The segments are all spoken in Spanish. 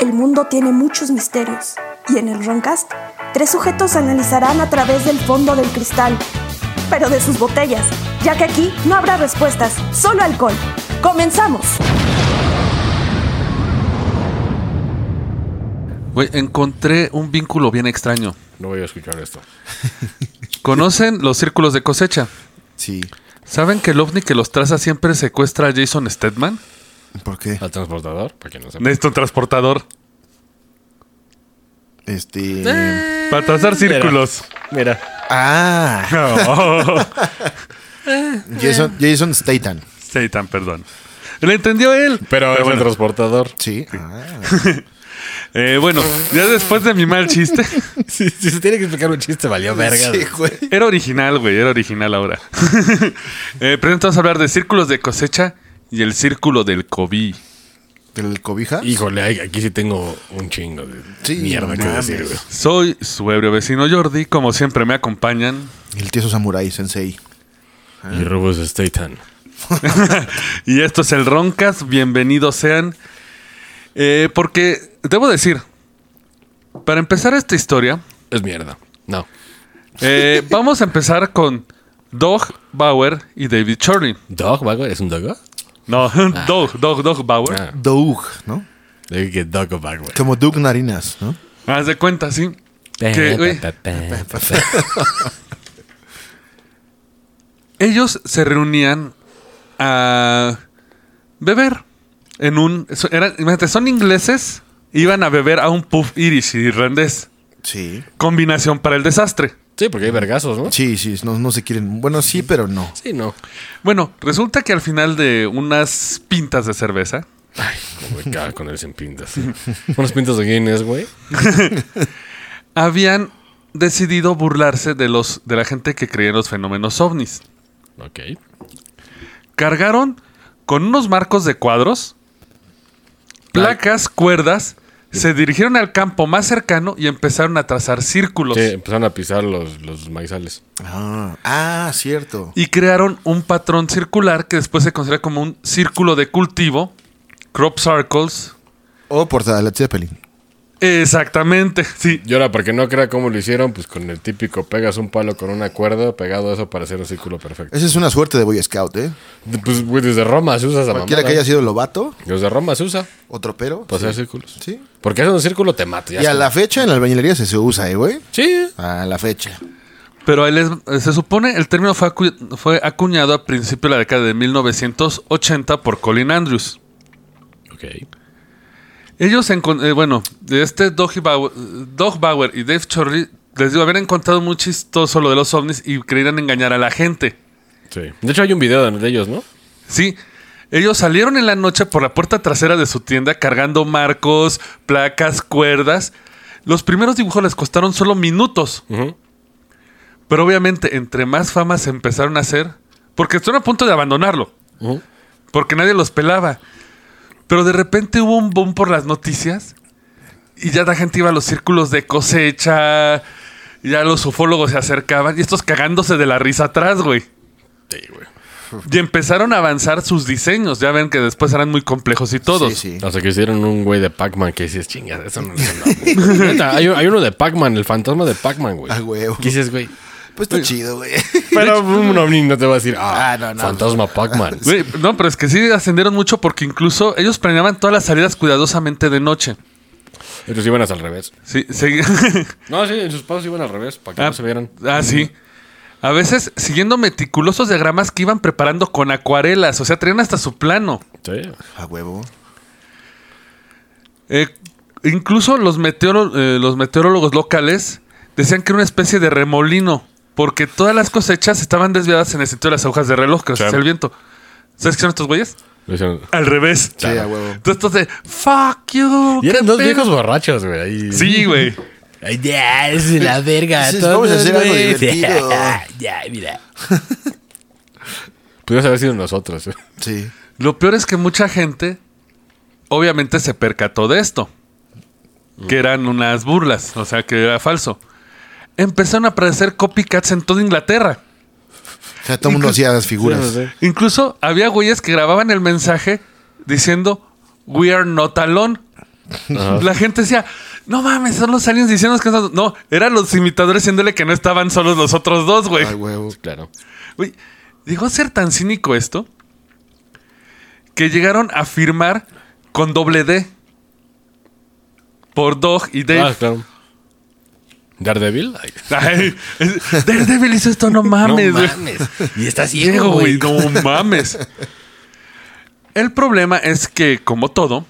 El mundo tiene muchos misterios y en el Roncast, tres sujetos analizarán a través del fondo del cristal, pero de sus botellas, ya que aquí no habrá respuestas, solo alcohol. ¡Comenzamos! Güey, encontré un vínculo bien extraño. No voy a escuchar esto. ¿Conocen los círculos de cosecha? Sí. ¿Saben que el ovni que los traza siempre secuestra a Jason Stedman? ¿Por qué? Al transportador, para que no sepa. Necesita un transportador Este. para trazar círculos. Oh, Mira. Ah, No, Jason, Jason Statham. Satan, perdón. Lo entendió él. Pero es el bueno, transportador. Sí. Ah. eh, bueno, ya después de mi mal chiste, Si, si se tiene que explicar un chiste, valió verga. Sí, güey. era original, güey, era original ahora. eh, pero entonces vamos a hablar de círculos de cosecha y el círculo del COVID. ¿Del cobija? Híjole, ay, aquí sí tengo un chingo de Sí, mierda que mames. decir, güey. Soy su ebrio vecino Jordi, como siempre me acompañan. El tieso samurai, sensei. Y Rubus Statham. y esto es el Roncas, bienvenidos sean. Eh, porque, debo decir, para empezar esta historia, Es mierda. No. eh, vamos a empezar con Doug Bauer y David Shirley. ¿Dog, vago? ¿Es un dogo? No, Doug, Doug, Doug Bauer. Ah. Doug, ¿no? Digo que dog o vago, güey. Como Doug Narinas, ¿no? Haz de cuenta, sí. Eh, Que, güey, ellos se reunían a beber en un... so- eran- imagínate, son ingleses, iban a beber a un pub irish irlandés. Sí. Combinación para el desastre. Sí, porque hay vergazos, ¿no? Sí, sí, no, no se quieren. Bueno, sí, pero no. Sí, no. Bueno, resulta que al final de unas pintas de cerveza, Ay, cómo me caga con él sin pintas. Unas pintas de Guinness, güey. habían decidido burlarse de los de la gente que creía en los fenómenos ovnis. Ok. Cargaron con unos marcos de cuadros, placas, cuerdas, se dirigieron al campo más cercano y empezaron a trazar círculos Sí, empezaron a pisar los, los maizales. Ah, ah, cierto. y crearon un patrón circular que después se considera como un círculo de cultivo, crop circles. O portada de Oh, la Zeppelin. Exactamente, sí. Y ahora, para que no crea cómo lo hicieron, pues con el típico pegas un palo con una cuerda, pegado a eso para hacer un círculo perfecto. Esa es una suerte de Boy Scout, ¿eh? Pues, güey, desde Roma se usa esa Cualquiera mamada. que haya sido lobato Desde Roma se usa o tropero. para hacer sí. círculos. Sí. Porque hacer un círculo te mata. ya Y a sabes. la fecha en la albañilería se, se usa, ¿eh, güey? Sí. A la fecha. Pero él es- se supone el término fue, acu- fue acuñado a principios de la década de 1980 por Colin Andrews. Ok. Ellos, encon- eh, bueno, de este Doug Bauer, Doug Bauer y Dave Chorley les digo, habían encontrado muy chistoso lo de los ovnis y creían engañar a la gente. Sí. De hecho, hay un video de ellos, ¿no? Sí, ellos salieron en la noche por la puerta trasera de su tienda cargando marcos, placas, cuerdas. Los primeros dibujos les costaron solo minutos. Ujú. Pero obviamente, entre más fama se empezaron a hacer, porque estuvieron a punto de abandonarlo. Ujú. porque nadie los pelaba. Pero de repente hubo un boom por las noticias y ya la gente iba a los círculos de cosecha, ya los ufólogos se acercaban y estos cagándose de la risa atrás, güey. Sí, güey. Y empezaron a avanzar sus diseños, ya ven que después eran muy complejos y todos. Sí, sí. O sea, que hicieron un güey de Pac-Man que dices, chinga, eso no es nada. hay, hay uno de Pac-Man, el fantasma de Pac-Man, güey. Ah, huevo. ¿Qué dices, güey? Pues está chido, güey. Pero un ovni no te va a decir, ah, Ah, no, no. fantasma Pac-Man. Güey, no, pero es que sí ascendieron mucho porque incluso ellos planeaban todas las salidas cuidadosamente de noche. Ellos iban hasta al revés. Sí, sí. No, sí, en sus pasos iban al revés, para que Ah, no se vieran. Ah, sí. A veces siguiendo meticulosos diagramas que iban preparando con acuarelas, o sea, traían hasta su plano. Sí. A huevo. Eh, incluso los, meteoro- eh, los meteorólogos locales decían que era una especie de remolino, porque todas las cosechas estaban desviadas en el sentido de las agujas de reloj, que las Sí. hacía el viento. ¿Sabes qué son estos güeyes? Lo hicieron. Al revés. Sí, a huevo. Entonces, estos de fuck you. Y qué eran dos pedo". viejos borrachos, güey. ahí. Sí, güey. Ay, ya, es la verga. Dices, todos, vamos a hacer algo güey. divertido. Ah, ya, mira. Pudimos haber sido nosotros. güey. Sí. Lo peor es que mucha gente, obviamente, se percató de esto. Que eran unas burlas, o sea, que era falso. Empezaron a aparecer copycats en toda Inglaterra. O sea, todo el mundo hacía las figuras. Sí, sí, sí. Incluso había güeyes que grababan el mensaje diciendo, We are not alone. La gente decía, no mames, son los aliens diciéndonos que son-". No, eran los imitadores diciéndole que no estaban solos los otros dos, güey. Ay, Ah, huevo. Claro. Güey, llegó a ser tan cínico esto que llegaron a firmar con doble D por Dog y Dave. Ah, claro. Daredevil. Ay, Ay, es- Daredevil hizo esto, no mames. no güey. mames. Y está ciego, Diego, güey, güey. no mames. El problema es que, como todo,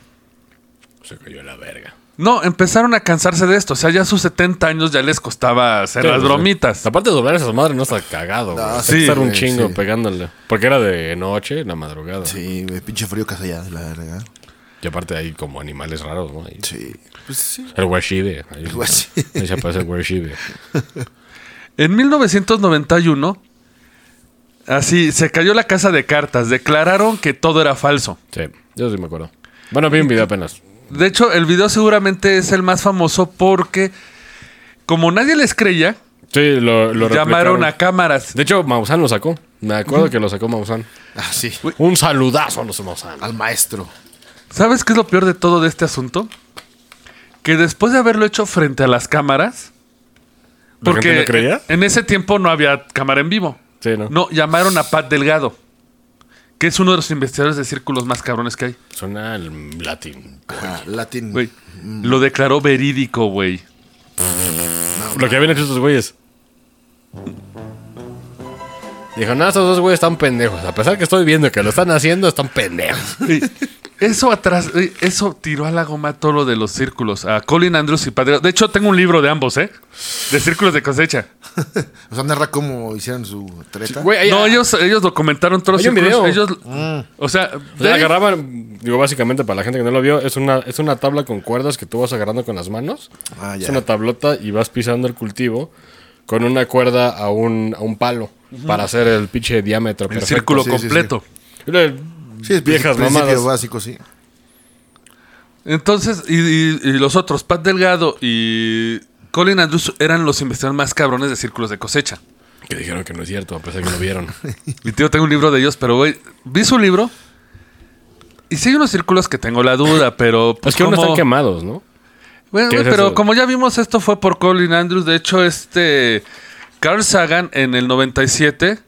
se cayó la verga. no, empezaron a cansarse de esto. O sea, ya a sus 70 años ya les costaba hacer las Sí, bromitas. Ah, sí. Aparte de doblar esas madres, no está cagado. güey. Hay que sí, estar un güey, chingo sí. pegándole. Porque era de noche, en la madrugada. Sí, güey, pinche frío que hace allá de la verga. Y aparte hay como animales raros, ¿no? Ahí- Sí. Pues sí. El Wershibe. Ahí, Washi- ahí se aparece el Wershibe. En 1991, así se cayó la casa de cartas. Declararon que todo era falso. Sí, yo sí me acuerdo. Bueno, vi un video apenas. De hecho, el video seguramente es el más famoso porque, como nadie les creía, Sí, lo, lo llamaron replicaron. a cámaras. De hecho, Maussan lo sacó. Me acuerdo que lo sacó Maussan. Ah, sí. Un saludazo a los Maussan. Al maestro. ¿Sabes qué es lo peor de todo de este asunto? Que después de haberlo hecho frente a las cámaras, ¿La porque gente no creía? en ese tiempo no había cámara en vivo. Sí, ¿no? No, llamaron a Pat Delgado, que es uno de los investigadores de círculos más cabrones que hay. Suena el latín. Ah, Latin. Güey, lo declaró verídico, güey. Lo que habían hecho estos güeyes. Dijo, no, estos dos güeyes están pendejos. A pesar que estoy viendo que lo están haciendo, están pendejos. Y Eso atrás, y eso tiró a la goma todo lo de los círculos, a Colin Andrews y Pat Delgado. De hecho, tengo un libro de ambos, ¿eh? De círculos de cosecha. O sea, narra cómo hicieron su treta. Güey, ahí- No, ellos, ellos documentaron todos los Hay un círculos. video. Ellos, o sea, O sea, Dave- agarraban, digo, básicamente para la gente que no lo vio, es una, es una tabla con cuerdas que tú vas agarrando con las manos. Ah, ya. Es una tablota y vas pisando el cultivo con una cuerda a un, a un palo para hacer el pinche diámetro el perfecto. círculo sí, sí, sí. completo. Eh, Sí, es viejas principio mamadas. básico, sí. Entonces, y, y- y los otros, Pat Delgado y Colin Andrews, eran los investigadores más cabrones de círculos de cosecha. Que dijeron que no es cierto, a pesar que lo vieron. Mi tío tengo un libro de ellos, pero güey, vi su libro. Y sí hay unos círculos que tengo la duda, pero... es pues, que aún como- están quemados, ¿no? Bueno, ¿Qué güey, es pero eso? como ya vimos, esto fue por Colin Andrews. De hecho, este Carl Sagan en el 97,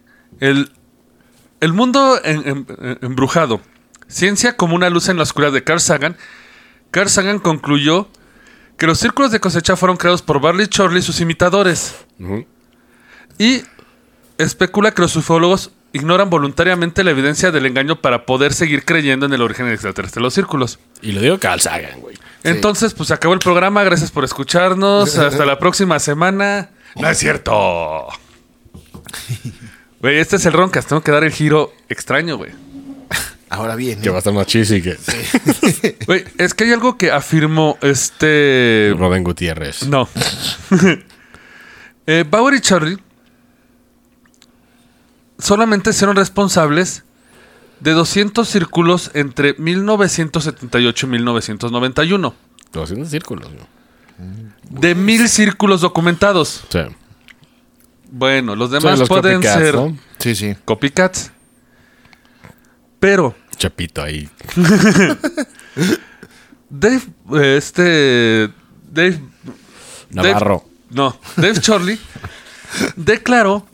el, el mundo en- en- en- embrujado, ciencia como una luz en la oscuridad de Carl Sagan, Carl Sagan concluyó que los círculos de cosecha fueron creados por Barley Shirley y sus imitadores. Ujú. Y especula que los ufólogos ignoran voluntariamente la evidencia del engaño para poder seguir creyendo en el origen extraterrestre de los círculos. Y lo digo Carl Sagan, güey. Entonces, pues acabó el programa. Gracias por escucharnos. Hasta la próxima semana. No es cierto. Güey, este es el Roncas. Tengo que dar el giro extraño, güey. Ahora bien. Que va a estar más chis y que... Güey, es que hay algo que afirmó este. Rubén Gutiérrez. No. Eh, Bauer y Charlie solamente fueron responsables de 200 círculos entre 1978 y 1991. 200 círculos, güey. De mil círculos documentados. Sí. Bueno, los Son demás los pueden copycats, ser ¿no? Sí, sí. copycats. Pero Chapito ahí. Dave, eh, este, Dave, Dave- Navarro. no, Dave Chorley declaró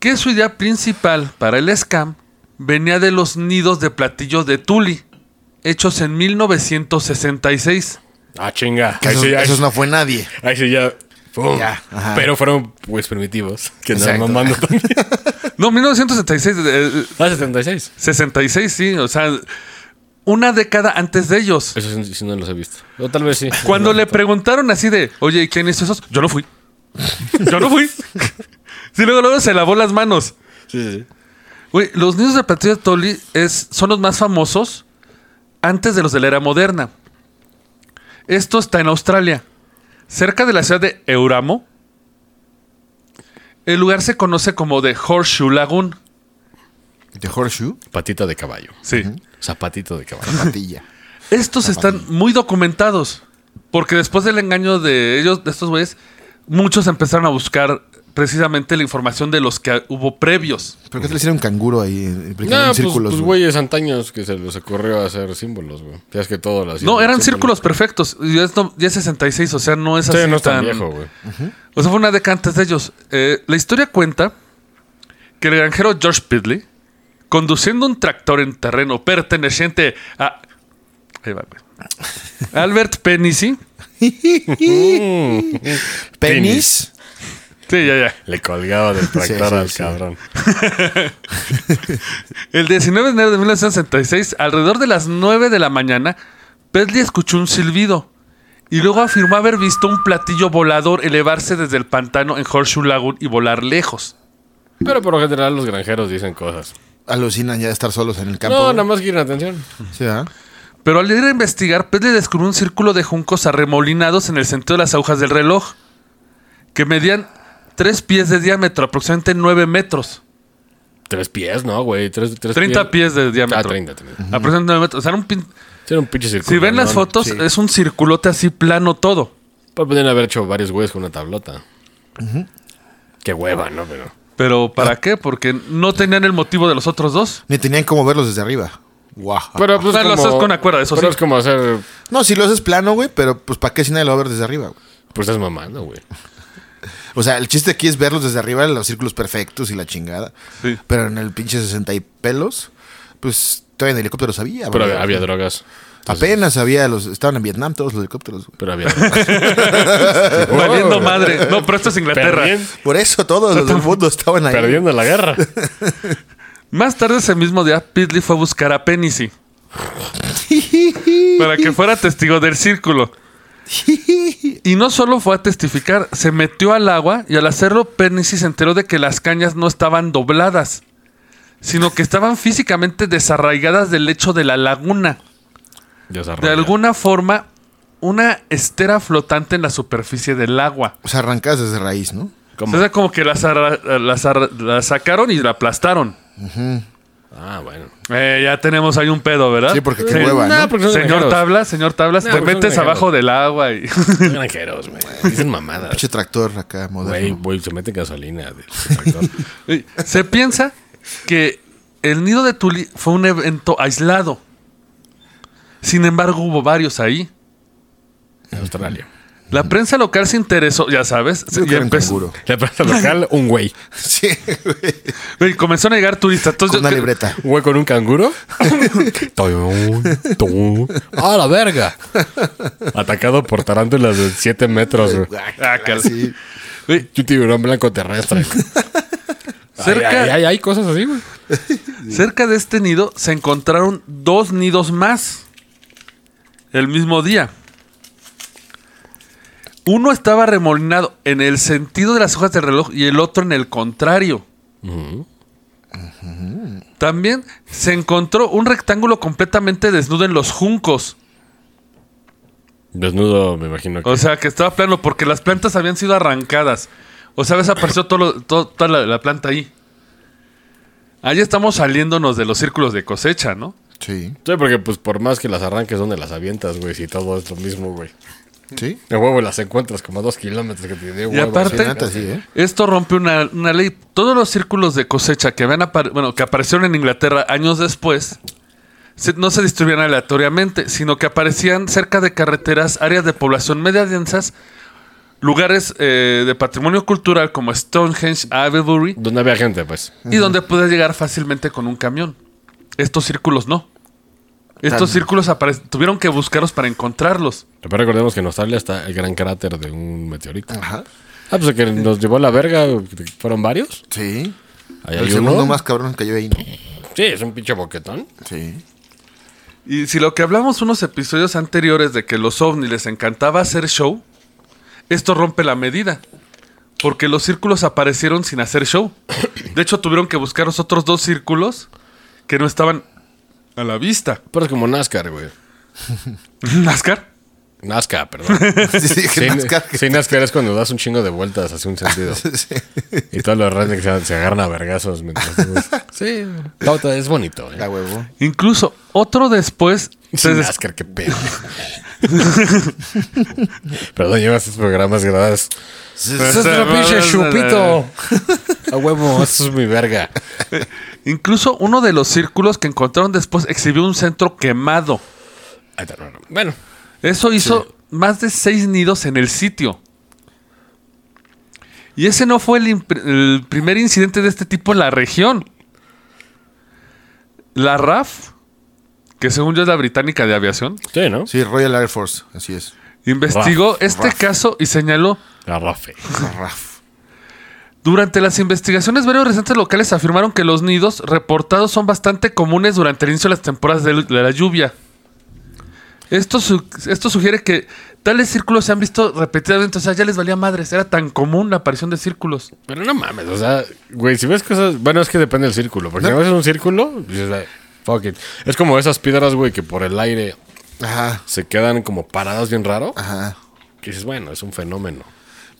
que su idea principal para el scam venía de los nidos de platillos de Tuli, hechos en 1966. Ah, chinga. Que Ahí esos, sí, ahí- esos no fue nadie. Ahí sí ya. ¡pum! Ya, ajá. Pero fueron pues primitivos. Que andaban Exacto. mamando también. No, 1966, eh, eh, Ah, 76. 66, sí, o sea, una década antes de ellos. Eso sí, sí no los he visto. O tal vez sí. Cuando No. le preguntaron así de, oye, ¿y quién hizo esos? Yo no fui. Yo no fui. Sí, luego, luego se lavó las manos. Sí, sí, sí. Güey, los niños de platillo de Toli es, son los más famosos antes de los de la era moderna. Esto está en Australia, cerca de la ciudad de Euramo. El lugar se conoce como de Horseshoe Lagoon. De Horseshoe, Patita de caballo. Sí. Zapatito de caballo. patilla. Estos están muy documentados. Porque después del engaño de ellos, de estos güeyes, muchos empezaron a buscar precisamente la información de los que hubo previos. ¿Pero qué tal hicieron un canguro ahí? eh, brincando Nah, en pues, círculos. pues güey? güeyes antaños que se les ocurrió hacer símbolos, güey. Ya es que todo lo hacían. No, eran Símbolos. círculos perfectos. Y es, no- y es 66, o sea, no es así Sí, no es tan tan- viejo, güey. O sea, fue una década antes de ellos. Eh, la historia cuenta que el granjero George Pidley, conduciendo un tractor en terreno perteneciente a. Ahí va, güey. Albert Pennisi. Penis. Sí, ya, ya. Le colgaba del tractor al Sí, sí, sí. cabrón. El 19 de enero de 1966, alrededor de las 9 de la mañana, Pedley escuchó un silbido y luego afirmó haber visto un platillo volador elevarse desde el pantano en Horseshoe Lagoon y volar lejos. Pero por lo general los granjeros dicen cosas. Alucinan ya de estar solos en el campo. No, güey. nada más quieren atención. Sí, ¿verdad? Pero al ir a investigar, Pedley descubrió un círculo de juncos arremolinados en el centro de las agujas del reloj, que medían 3 pies de diámetro, aproximadamente 9 metros. Tres pies, ¿no, güey? Tres, tres 30 pies de Ah, diámetro. 30, 30. Aproximadamente 9 metros. O sea, era un pin- Sí, era un pinche círculo. Si ven las fotos, eh. es un circulote así plano todo. Pues podrían haber hecho varios güeyes con una tablota. Qué hueva, ¿no? Pero... Ah. ¿Pero para qué? Porque no tenían el motivo de los otros dos. Ni tenían como verlos desde arriba. Guau. Pero pues, Pero lo haces con una cuerda, eso pero sí. es como hacer... No, si lo haces plano, güey, pero pues ¿para qué si nadie lo va a ver desde arriba? güey? Pues estás mamando, güey. Ah, O sea, el chiste aquí es verlos desde arriba, los círculos perfectos y la chingada. Sí. Pero en el pinche 60 y pelos, pues todavía en helicóptero sabía. Pero güey. había, había drogas. Apenas había los... Estaban en Vietnam todos los helicópteros, güey. Pero había drogas. Valiendo madre. No, pero esto es Inglaterra. Perdien- Por eso todos los del mundo estaban ahí. perdiendo la guerra. Más tarde ese mismo día, Pitley fue a buscar a Pennisi para que fuera testigo del círculo. Y no solo fue a testificar, se metió al agua y al hacerlo, Pennisi se enteró de que las cañas no estaban dobladas, sino que estaban físicamente desarraigadas del lecho de la laguna. Dios De arrolla. alguna forma, una estera flotante en la superficie del agua. O sea, arrancadas desde raíz, ¿no? ¿Cómo? O sea, como que la, sarra- la sarra- la sacaron y la aplastaron. Ah, bueno. Eh, ya tenemos ahí un pedo, ¿verdad? Sí, porque qué Se- hueva, ¿no? porque son Señor granjeros. Tablas, señor Tablas, No, te pues son metes granjeros. abajo del agua y... Son granjeros, güey. Dicen mamadas. Pinche tractor acá Güey, moderno. güey, se mete gasolina. del tractor. Se piensa que el nido de Tuli fue un evento aislado. Sin embargo, hubo varios ahí. En Australia. La prensa local se interesó, ya sabes, Yo creo y que era un empezó- canguro. La plaza local, un güey. Sí, Pues güey. y comenzó a negar turistas. Entonces, Con yo una cre- libreta. ¿Un güey con un canguro? Toyún, toyún. ¡Ah, la verga! Atacado por tarántulas de 7 metros. güey. Ah, caray. Sí. Güey, Y un tiburón blanco terrestre. güey. Cerca- Ay, ay, ay, hay cosas así, güey. Cerca de este nido se encontraron dos nidos más el mismo día. Uno estaba remolinado en el sentido de las hojas del reloj y el otro en el contrario. También se encontró un rectángulo completamente desnudo en los juncos. Desnudo, me imagino que. O sea, que estaba plano porque las plantas habían sido arrancadas. O sea, desapareció todo lo- todo- toda la, la planta ahí. Ahí estamos saliéndonos de los círculos de cosecha, ¿no? Sí. Sí, porque pues por más que las arranques, donde las avientas, güey? Si todo es lo mismo, güey. Sí. De huevo las encuentras como a dos kilómetros que te dio huevo, aparte- así, neta, sí, ¿eh? Esto rompe una, una ley. Todos los círculos de cosecha que, habían apar- bueno, que aparecieron en Inglaterra años después se- no se distribuían aleatoriamente, sino que aparecían cerca de carreteras, áreas de población media densas, lugares eh, de patrimonio cultural como Stonehenge, Avebury, Donde había gente, pues. y donde puedes llegar fácilmente con un camión. Estos círculos no. Estos Tan- círculos apare- tuvieron que buscarlos para encontrarlos. Pero recordemos que en Australia está el gran cráter de un meteorito. Ajá. Ah, pues el que nos llevó a la verga, fueron varios. Sí. Ahí el hay segundo uno. más cabrón cayó ahí, ¿no? Sí, es un pinche boquetón. Sí. Y si lo que hablamos unos episodios anteriores de que los ovnis les encantaba hacer show, esto rompe la medida. Porque los círculos aparecieron sin hacer show. De hecho, tuvieron que buscar los otros dos círculos que no estaban a la vista. Pero es como NASCAR, güey. ¿Nascar? NASCAR, perdón. Sí, sí, que Sí, NASCAR. sí, NASCAR es cuando das un chingo de vueltas hacia un sentido. Sí. Y todos los rednecks se, se agarran a vergazos mientras Sí, pauta, es bonito, La ¿eh? huevo. Incluso otro después Sí, se, des- NASCAR, qué pedo. Perdón, llevas esos programas grabados. Eso es Este, una pinche no, no, no, chupito. A huevo, eso es mi verga. Incluso uno de los círculos que encontraron después exhibió un centro quemado. Ay, no, no, no. Bueno, Eso hizo más de seis nidos en el sitio. Y ese no fue el, impr- el primer incidente de este tipo en la región. La RAF, que según yo es la británica de aviación, sí, ¿no? Sí, Royal Air Force, así es. investigó RAF, este RAF. caso y señaló La Rafe. Raf. Durante las investigaciones, varios residentes locales afirmaron que los nidos reportados son bastante comunes durante el inicio de las temporadas de, de la lluvia. Esto, su- esto sugiere que tales círculos se han visto repetidamente, o sea, ya les valía madres, era tan común la aparición de círculos. Pero no mames, o sea, güey, si ves cosas. Bueno, es que depende del círculo. Porque si ves un círculo, dices, "Ay, fuck it. Es como esas piedras, güey, que por el aire Ajá, se quedan como paradas bien raro. ajá. Que dices, bueno, es un fenómeno.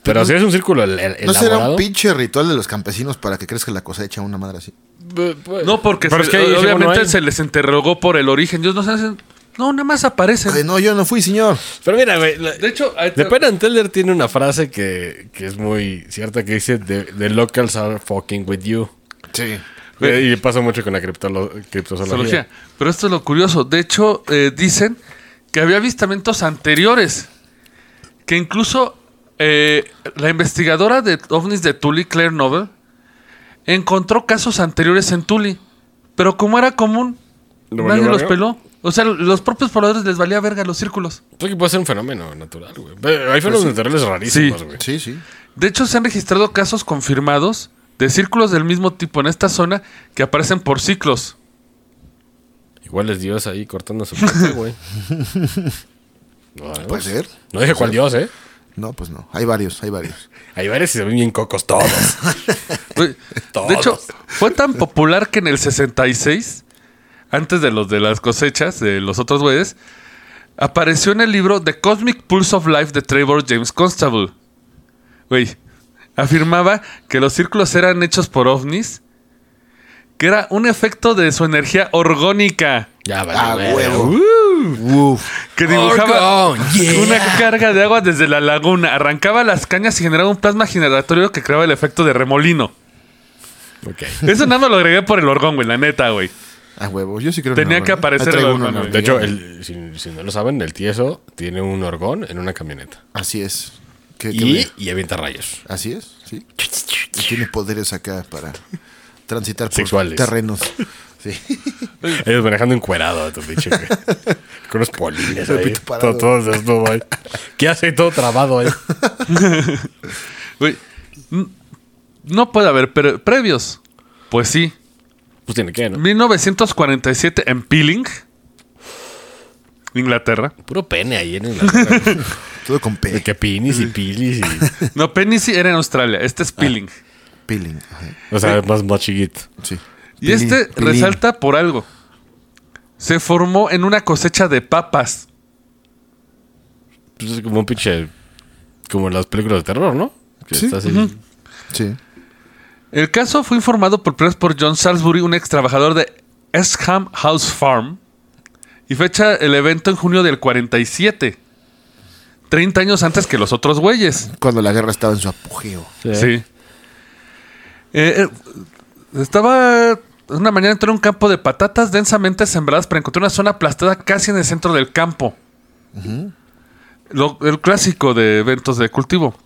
Pero si es un círculo el, el- ¿No será un elaborado, pinche ritual de los campesinos para que crezca la cosecha una madre así? bu- bu- No, porque eh, se- pues, Pero es que ahí sí, bueno, obviamente hay- se les interrogó por el origen. Ellos no se hacen- no, nada más Ay, aparecen. no, yo no fui, señor. Pero mira, güey. la- De hecho, ahí te- The Penn and Teller tiene una frase que, que es muy cierta que dice the, the locals are fucking with you. Sí. Eh, Y pasa mucho con la criptolo- criptozoología. Zoología. Pero esto es lo curioso. De hecho, eh, dicen que había avistamientos anteriores. Que incluso eh, la investigadora de ovnis de Tully, Claire Novel, encontró casos anteriores en Tully. Pero como era común, ¿Le nadie valió los verga? peló. O sea, los propios pobladores les valía verga los círculos. Porque puede ser un fenómeno natural, güey. Pero Hay fenómenos naturales rarísimos, Sí. güey. Sí, sí. De hecho, se han registrado casos confirmados de círculos del mismo tipo en esta zona que aparecen por ciclos. Igual es Dios ahí cortando su parte, güey. No, sabemos. Puede ser. No dije cuál Dios, ¿eh? No, pues no. Hay varios, hay varios. Hay varios y se ven bien cocos todos. Güey, Todos. De hecho, fue tan popular que en el 66, antes de los de las cosechas, de los otros güeyes, apareció en el libro The Cosmic Pulse of Life de Trevor James Constable. Güey, afirmaba que los círculos eran hechos por ovnis, que era un efecto de su energía orgónica, ya, vale. Ah, güey. huevo. Uf. que dibujaba Orgón, yeah. una carga de agua desde la laguna, arrancaba las cañas y generaba un plasma generatorio que creaba el efecto de remolino. Ok. Eso nada más lo agregué por el orgón, güey, la neta, güey. Ah, huevo. Yo sí creo en Tenía el que órgano. aparecer Ahí traigo el uno, órgano, ¿no? De hecho, el- si, si no lo saben, el tieso tiene un orgón en una camioneta. Así es. ¿Qué- qué Y, me- y avienta rayos. Así es, sí. Y tiene poderes acá para transitar por Sexuales. terrenos. Sí. Ellos manejando encuerado a tu pinche. güey. Con unos polines El ahí. pito parado. Todo, todo desnudo ahí. ¿Qué hace todo trabado ahí? Güey, n- no puede haber pre- previos. Pues sí. Pues tiene que, ¿no? 1947 en Peeling, Inglaterra. Puro pene ahí en el. Todo con De P. que pinis y pilis y. No, Penisy era en Australia. Este es Peeling. Peeling. Ajá. O sea, más, más chiquito. Sí. y este Peeling, peeling. resalta por algo. Se formó en una cosecha de papas. Pues es como un pinche. Como en las películas de terror, ¿no? Que Sí. está así. Sí. El caso fue informado por primera vez por John Salisbury, un ex trabajador de Esham House Farm, y fecha el evento en junio del 47, 30 años antes que los otros güeyes. Cuando la guerra estaba en su apogeo. Sí. Sí. Eh, eh, estaba una mañana entré en un campo de patatas densamente sembradas para encontrar una zona aplastada casi en el centro del campo. Lo- el clásico de eventos de cultivo.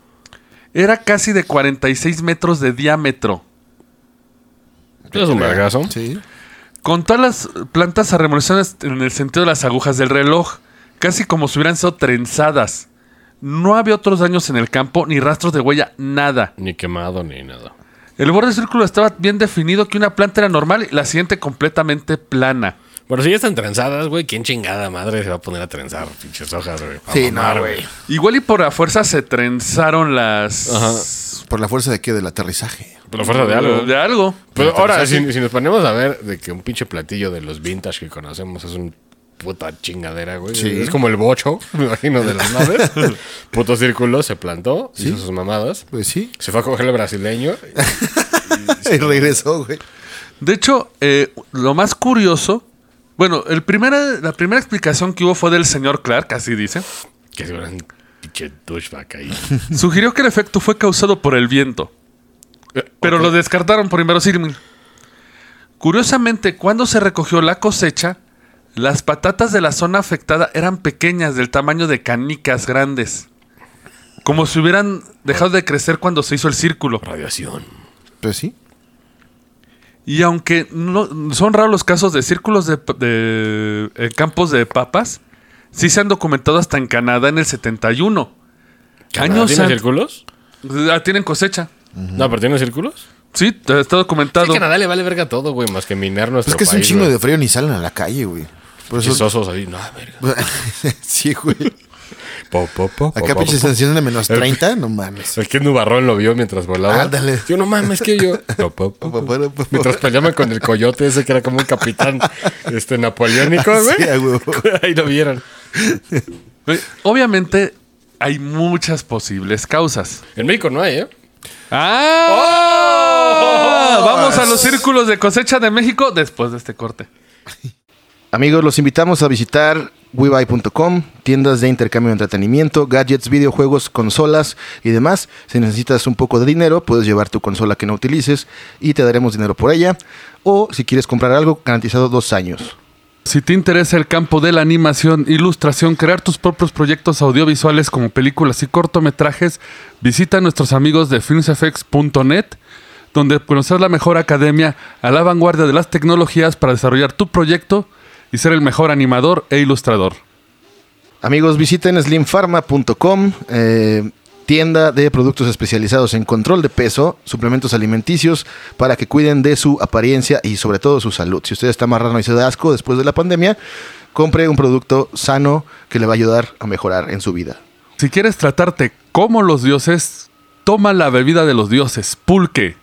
Era casi de 46 metros de diámetro. Es un vergazo. Sí. Con todas las plantas a remoliciones en el sentido de las agujas del reloj, casi como si hubieran sido trenzadas. No había otros daños en el campo, ni rastros de huella, nada. Ni quemado ni nada. El borde del círculo estaba bien definido, que una planta era normal y la siguiente completamente plana. Bueno, si ya están trenzadas, güey, ¿quién chingada madre se va a poner a trenzar pinches hojas, güey? Pa' Sí, mamar, no, güey. Igual y por la fuerza se trenzaron las... Por la fuerza de qué? Del aterrizaje. Pero fuerza de algo. De algo. Pero ahora, Entonces, si, si nos ponemos a ver de que un pinche platillo de los vintage que conocemos es un puta chingadera, güey. Sí. Es como el bocho, me imagino, de las naves. Puto círculo, se plantó, hizo sus mamadas. Pues sí. Se fue a coger el brasileño. Y regresó, güey. De hecho, eh, lo más curioso Bueno, el primera, la primera explicación que hubo fue del señor Clark, así dice. Que seguro es un pinche douchebag ahí. Sugirió que el efecto fue causado por el viento, pero lo descartaron por inverosímil. Curiosamente, cuando se recogió la cosecha, las patatas de la zona afectada eran pequeñas, del tamaño de canicas grandes. Como si hubieran dejado de crecer cuando se hizo el círculo. Radiación. Pues sí. Y aunque no, son raros los casos de círculos de, de, eh, campos de papas, sí se han documentado hasta en Canadá en el 71. ¿Canadá ¿Tiene an- círculos? Ah, tienen cosecha. No, pero ¿tiene círculos? Sí, está Sí, documentado. Canadá le vale verga todo, güey, más que minar nuestro Es que es un país, chingo güey. de frío, ni salen a la calle, güey. Por Pinches eso. osos ahí, no, verga. sí, güey. Po, po, po, po, Acá po, pinches po. sensación de menos 30, no mames. El que Nubarrón lo vio mientras volaba. Ándale. Yo no mames, que yo. Po, po, po, po. Mientras peleaban con el coyote ese que era como un capitán este napoleónico, güey. Sí, a huevo. Ahí lo vieron. Güey, Obviamente hay muchas posibles causas. En México no hay, ¿eh? ¡Ah! Vamos a los círculos de cosecha de México después de este corte. Amigos, los invitamos a visitar WeBuy.com, tiendas de intercambio de entretenimiento, gadgets, videojuegos, consolas y demás. Si necesitas un poco de dinero, puedes llevar tu consola que no utilices y te daremos dinero por ella. O si quieres comprar algo, garantizado dos años. Si te interesa el campo de la animación, ilustración, crear tus propios proyectos audiovisuales como películas y cortometrajes, visita a nuestros amigos de filmsfx.net, donde conocerás la mejor academia a la vanguardia de las tecnologías para desarrollar tu proyecto y ser el mejor animador e ilustrador. Amigos, visiten slimfarma.com, eh, tienda de productos especializados en control de peso, suplementos alimenticios para que cuiden de su apariencia y sobre todo su salud. Si usted está marrano y se da asco después de la pandemia, compre un producto sano que le va a ayudar a mejorar en su vida. Si quieres tratarte como los dioses, toma la bebida de los dioses, pulque.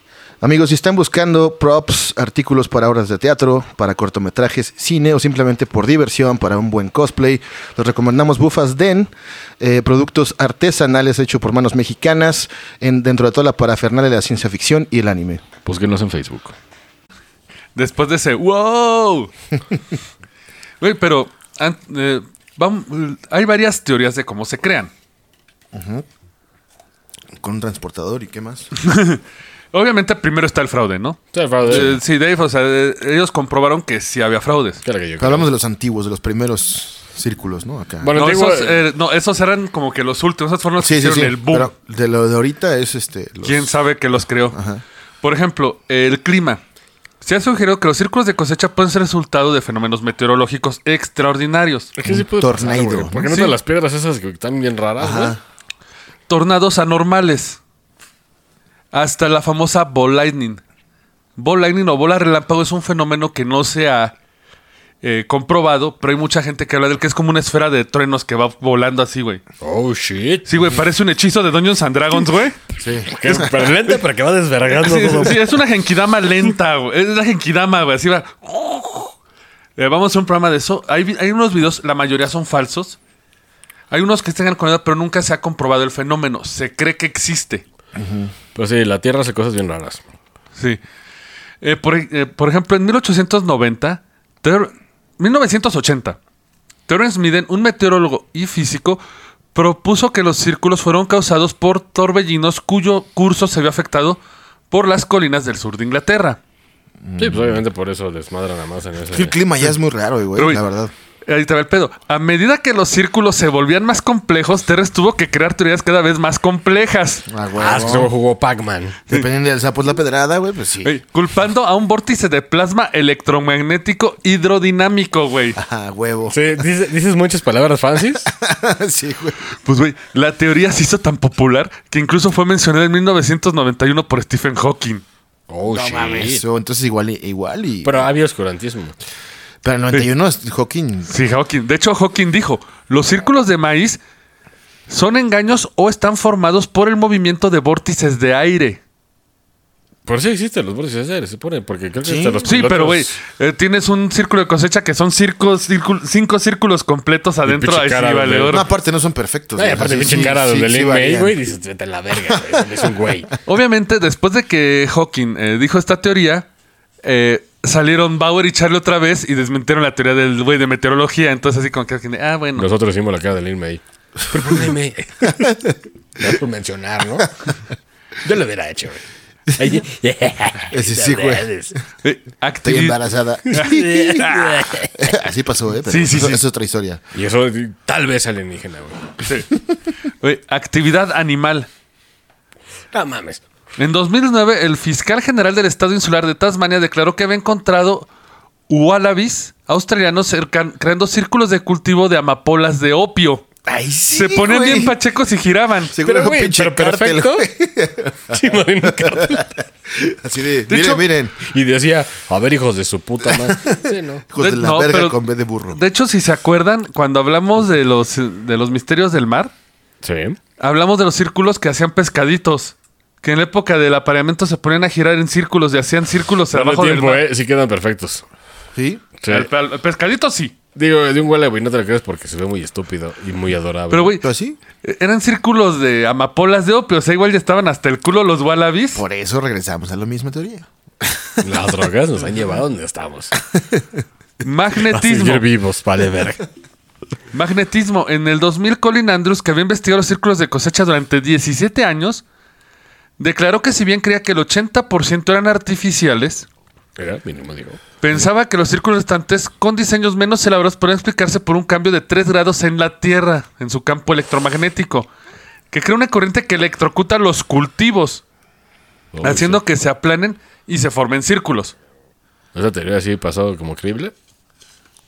Amigos, si están buscando props, artículos para obras de teatro, para cortometrajes, cine o simplemente por diversión, para un buen cosplay, les recomendamos Bufas Den, eh, productos artesanales hechos por manos mexicanas en, dentro de toda la parafernalia de la ciencia ficción y el anime. Búsquenlos en Facebook. Después de ese ¡Wow! Güey, pero an- eh, vam- hay varias teorías de cómo se crean. Con un transportador y qué más. Obviamente primero está el fraude, ¿no? Sí, fraude. Eh, sí, Dave, o sea, eh, ellos comprobaron que sí había fraudes. Claro que yo creo. Hablamos de los antiguos, de los primeros círculos, ¿no? Acá. Bueno, no, digo, esos, eh, no, esos eran como que los últimos. Esos fueron los que hicieron el boom. Pero de lo de ahorita es este. los- ¿Quién sabe que los creó? Por ejemplo, el clima. Se ha sugerido que los círculos de cosecha pueden ser resultado de fenómenos meteorológicos extraordinarios. Es que sí puede pasar, tornado. güey. ¿Por qué no Sí. te las piedras esas que están bien raras, güey? Tornados anormales. Hasta la famosa ball lightning. Ball lightning o bola relámpago es un fenómeno que no se ha eh, comprobado, pero hay mucha gente que habla del que es como una esfera de truenos que va volando así, güey. Oh, shit. Sí, güey, parece un hechizo de Dungeons and Dragons, güey. Que es pero lente, pero que va desvergando Sí, todo. sí, es una genkidama lenta, güey. Es la genkidama, güey. Así va. Eh, vamos a hacer un programa de eso. Hay, vi- hay unos videos, la mayoría son falsos. Hay unos que están conectados, pero nunca se ha comprobado el fenómeno. Se cree que existe. Pero sí, la Tierra hace cosas bien raras. Sí. Eh, por, eh, por ejemplo, en 1890, Ter- 1980, Terence Miden, un meteorólogo y físico, propuso que los círculos fueron causados por torbellinos cuyo curso se vio afectado por las colinas del sur de Inglaterra. Sí, pues obviamente por eso desmadran a más en ese... El clima ya es muy raro, Pero, güey, güey, la verdad. Ahí te va el pedo. A medida que los círculos se volvían más complejos, Terres tuvo que crear teorías cada vez más complejas. Ah, güey. Ah, es que se jugó Pac-Man. Dependiendo del sapo es la pedrada, güey, pues sí. Ey, culpando a un vórtice de plasma electromagnético hidrodinámico, güey. Ah, huevo. Sí, dices, dices muchas palabras fancies. sí, güey. Pues, güey, la teoría se hizo tan popular que incluso fue mencionada en 1991 por Stephen Hawking. Oh, Eso, entonces igual, y- igual y... Pero había oscurantismo. Pero el 91 es Hawking. Sí, Hawking. De hecho, Hawking dijo, los círculos de maíz son engaños o están formados por el movimiento de vórtices de aire. Por si existen los vórtices de aire, se ponen, porque creo que Sí. hasta los Sí, pero pilotos- güey, eh, tienes un círculo de cosecha que son circos, círcul- cinco círculos completos adentro. pinche Ahí sí, cara, vale, güey. oro. No, aparte no son perfectos. Ay, güey. aparte, Sí, pinche sí, cara sí, del sí NMA, varían. güey, dices, vete a la verga, güey. Es un güey. Obviamente, después de que Hawking eh, dijo esta teoría, eh, salieron Bauer y Charlie otra vez y desmintieron la teoría del güey de meteorología. Entonces, así como que, ah, bueno. Nosotros hicimos la cara del NMA. Pero por meme. No es por mencionar, ¿no? Yo lo hubiera hecho, güey. Ay, Ese sí, güey. Eh, Estoy activi- embarazada. Ah, Así pasó, ¿eh? Pero Sí, sí, eso- sí. Es otra historia. Y eso eh, tal vez alienígena, güey. eh, actividad animal. No mames. En 2009, el fiscal general del Estado Insular de Tasmania declaró que había encontrado wallabies australianos cercan- creando círculos de cultivo de amapolas de opio. Ay, sí, Se ponían güey. bien pachecos y giraban. Seguro Pero, era un güey, pinche pero cártel, perfecto. güey. Sí, madre, un cartel. Así de, miren, hecho- miren. Y decía, a ver, hijos de su puta madre. Sí, ¿no? Hijos de la No, verga pero- con B de burro. De hecho, si se acuerdan, cuando hablamos de los, de los misterios del mar, Sí. hablamos de los círculos que hacían pescaditos. Que en la época del apareamiento se ponían a girar en círculos y hacían círculos Dame abajo del tiempo, mar. eh. Sí quedan perfectos. ¿Sí? Sí. Al- al- al pescadito sí. Digo, de un huele, güey, no te lo crees porque se ve muy estúpido y muy adorable. Pero, güey, ¿Tú así? eran círculos de amapolas de opio. O sea, igual ya estaban hasta el culo los wallabies. Por eso regresamos a la misma teoría. Las drogas nos han llevado donde estamos. A Magnetismo. seguir vivos, vale verga. Magnetismo. En el 2000, Colin Andrews, que había investigado los círculos de cosecha durante 17 años, declaró que si bien creía que el 80% eran artificiales, Era mínimo, digo. pensaba que los círculos restantes con diseños menos elaborados podían explicarse por un cambio de 3 grados en la Tierra, en su campo electromagnético, que crea una corriente que electrocuta los cultivos, Oh, haciendo que se aplanen y se formen círculos. sí. Esa teoría así pasado como creíble.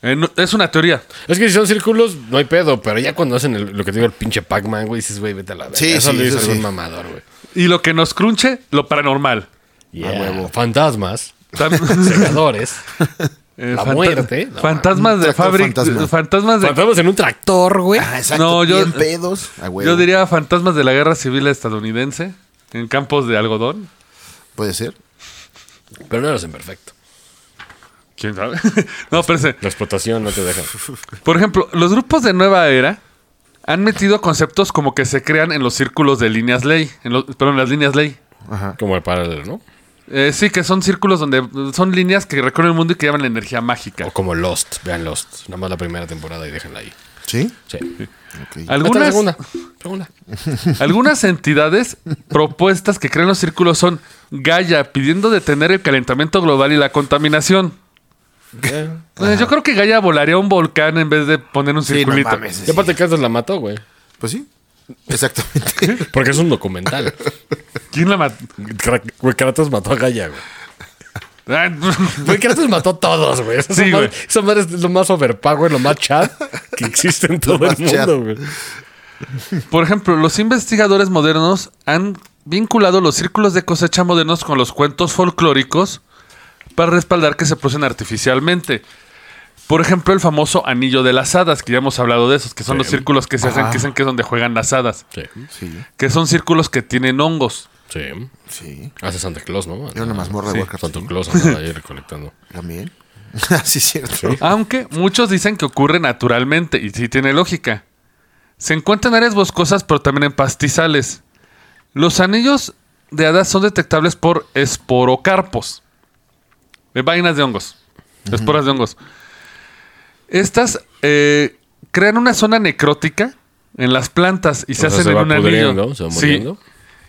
Eh, no- es una teoría. Es que si son círculos, no hay pedo, pero ya cuando hacen el- lo que te digo, el pinche Pac-Man, güey, dices, güey, vete a la verga. Sí, eso sí, lo dice eso algún sí. mamador, güey. Y lo que nos crunche, lo paranormal. Yeah. Fantasmas, Tam- segadores. Eh, La fanta- muerte, no, fantasmas un de tractor fábrica. fantasma. Fantasmas de. fantasmas en un tractor, güey. Ah, exacto. No, yo- Bien pedos. Ah, güey. yo diría fantasmas de la guerra civil estadounidense en campos de algodón. ¿Puede ser? Pero no eres en perfecto. ¿Quién sabe? no, pero ese- La explotación no te deja. Por ejemplo, los grupos de nueva era han metido conceptos como que se crean en los círculos de líneas ley. En los, perdón, las líneas ley. Como el paralelo, ¿no? Eh, sí, que son círculos donde eh, son líneas que recorren el mundo y que llevan la energía mágica. O como Lost. Vean Lost. Nada más la primera temporada y déjenla ahí. ¿Sí? Sí. Ok. Hasta la Algunas, segunda. Segunda. Algunas entidades propuestas que crean los círculos son Gaia pidiendo detener el calentamiento global y la contaminación. Eh, Yo creo que Gaia volaría un volcán en vez de poner un Sí, no circulito. mames. Y aparte, Kansas la mató, güey. Pues sí. Exactamente. Porque es un documental. ¿Quién la mató? Kra- Güey, Kratos mató a Gaia, güey. Ah, Güey, Kratos mató a todos, güey. Esa Sí, madre- güey. Esa madre es lo más overpower, lo más chat que existe en todo el más chad. mundo, güey. Por ejemplo, los investigadores modernos han vinculado los círculos de cosecha modernos con los cuentos folclóricos para respaldar que se producen artificialmente. Por ejemplo, el famoso anillo de las hadas, que ya hemos hablado de esos, que son los círculos que se hacen, que dicen que es donde juegan las hadas. Sí. Sí, que son círculos que tienen hongos. Sí. sí. Hace Santa Claus, ¿no? Era una mazmorra de Warcraft. Santa Claus andaba ahí recolectando. También. sí, es cierto. Aunque muchos dicen que ocurre naturalmente y sí tiene lógica. Se encuentran en áreas boscosas, pero también en pastizales. Los anillos de hadas son detectables por esporocarpos, de vainas de hongos, esporas de hongos. Estas eh, crean una zona necrótica en las plantas y se O sea, hacen se en va un anillo. pudriendo, se va Sí. muriendo.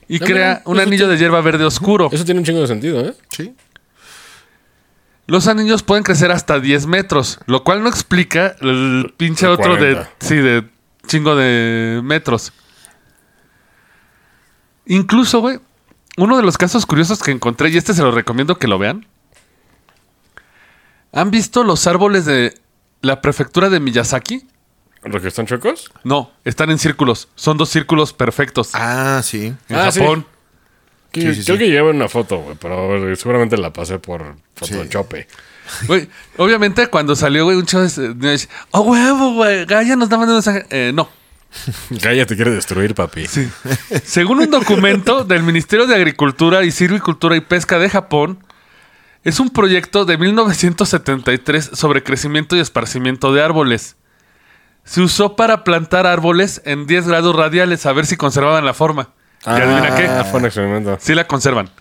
Y Ah, crea mira, un eso anillo de hierba verde oscuro. Eso tiene un chingo de sentido, ¿eh? Sí. Los anillos pueden crecer hasta 10 metros, lo cual no explica el pinche De otro de, 40. sí, de chingo de metros. Incluso, güey, uno de los casos curiosos que encontré, y este se lo recomiendo que lo vean, ¿han visto los árboles de la prefectura de Miyazaki? ¿Los que están chocos? No, están en círculos, son dos círculos perfectos. Ah, sí. en ah, sí. Japón. Que- sí, Creo sí. que lleva una foto, güey, pero seguramente la pasé por Photoshop. Güey, obviamente cuando salió, güey, un chavo dice, oh, huevo, güey, Gaia nos da mandando mensaje. Eh, no. Gaia te quiere destruir, papi. Sí. Según un documento del Ministerio de Agricultura y Silvicultura y Pesca de Japón, es un proyecto de 1973 sobre crecimiento y esparcimiento de árboles. Se usó para plantar árboles en 10 grados radiales a ver si conservaban la forma. y adivina Ah, qué, fue un experimento. sí la conservan.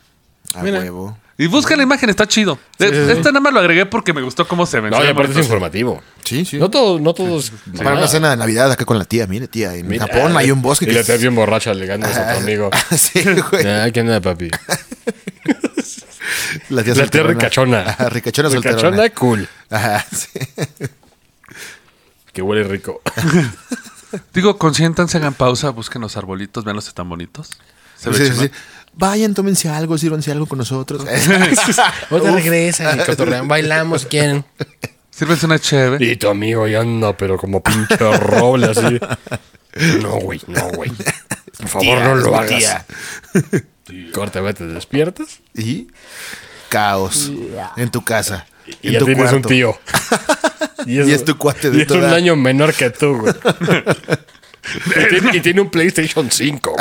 A Mira. huevo. Y busca la imagen, está chido. De- sí, sí. Esta nada más lo agregué porque me gustó cómo se No, menciona. y aparte es informativo. Sí, sí. No todo, no todos. Para una cena de Navidad acá con la tía. Mire, tía, en Mira, Japón hay un bosque Y la que... Ah, tía bien borracha ligando a tu amigo. sí, güey. Ah, ¿qué onda, papi? La tía, La tía solterona. ricachona. Ajá, Ah, ricachona solterona. Ricachona, cool. Ajá, sí. Que huele rico. Digo, consiéntanse, hagan pausa, busquen los arbolitos, vean los están bonitos. Se ve Sí, sí, chingón. sí. Vayan, tómense algo, sírvanse algo con nosotros. Ahorita regresan y cotorrean, bailamos si quieren. Sírvense una E chévere. Y tu amigo ya anda, pero como pinche roble así. No, güey, no, güey. Por favor, no lo hagas. tía. Corte, vete, te despiertas y caos en tu casa. y en ya tu tienes cuarto. un tío. Y es tu cuate de Y es toda un edad. año menor que tú, güey. y, tiene, y tiene un PlayStation 5,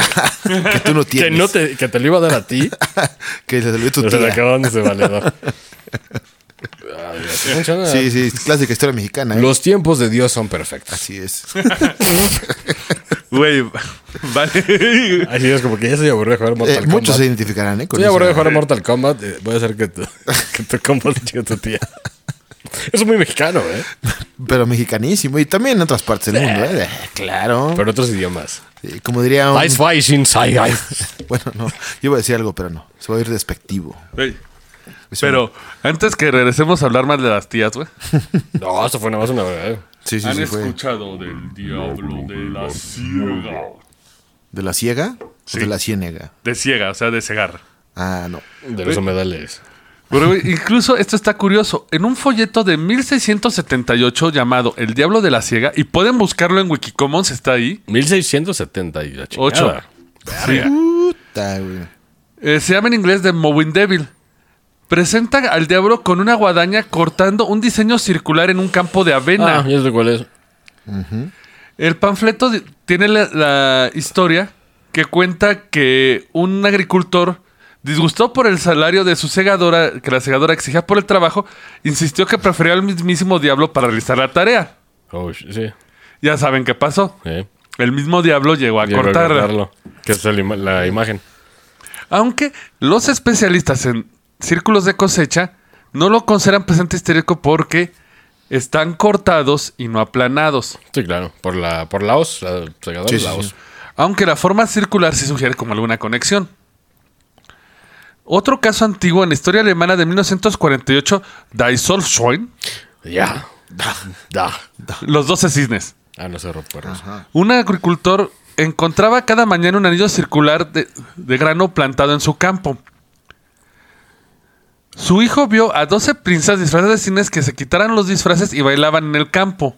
güey. que tú no Que, tienes. no te, que te lo iba a dar a ti, que se lo dio tu pero se le tía. acabaron de ese valedor. Ay, así funciona. Sí, sí, es clásica historia mexicana. ¿eh? Los tiempos de Dios son perfectos. Así es. Güey, vale. Así es, como que ya se aburrió de jugar Eh, Mortal muchos Kombat. se identificarán, ¿eh? Con Estoy eso. aburrido de jugar a Mortal Kombat. eh, Voy a hacer que tu, que tu combo le llegue a tu tía. Eso es muy mexicano, ¿eh? Pero mexicanísimo. Y también en otras partes del mundo, ¿eh? Claro. Pero en otros idiomas. Sí, como diría un- Ice Fight Inside Eye. Bueno, no. Yo iba a decir algo, pero no. Se va a ir despectivo. Güey. Pero antes que regresemos a hablar más de las tías, güey. No, eso fue nada más una verdad. ¿eh? Sí, Ah, sí, sí. Fue. escuchado del diablo de la ciega? ¿De la ciega? Sí. ¿O de la ciénega? De ciega, o sea, de cegar. Ah, no. De los humedales. Pero, güey, incluso esto está curioso. En un folleto de 1678 llamado El Diablo de la Ciega, y pueden buscarlo en Wikicommons, está ahí. 1678. Ocho. Sí. Ta, güey. Eh, se llama en inglés de Mowing Devil. Presenta al diablo con una guadaña cortando un diseño circular en un campo de avena. Ah, ya sé cuál es. El panfleto di- tiene la, la historia que cuenta que un agricultor, disgustado por el salario de su segadora, que la segadora exigía por el trabajo, insistió que prefería al mismísimo diablo para realizar la tarea. Oh, sh- sí. Ya saben qué pasó. sí. El mismo diablo llegó a Llegó a cortarla. cortarlo, Que es la, ima- la imagen. Aunque los especialistas en círculos de cosecha no lo consideran presente histérico porque están cortados y no aplanados. Sí, claro. Por la, por la hoz, la segadora, Sí, sí, la sí. hoz. aunque la forma circular sí sugiere como alguna conexión. Otro caso antiguo en la historia alemana de 1948, Die Solfschein, Ya. Da. Da. los 12 cisnes. Ah, no cerró perros. Un agricultor encontraba cada mañana un anillo circular de, de grano plantado en su campo. Su hijo vio a 12 princesas disfrazadas de cisnes que se quitaran los disfraces y bailaban en el campo.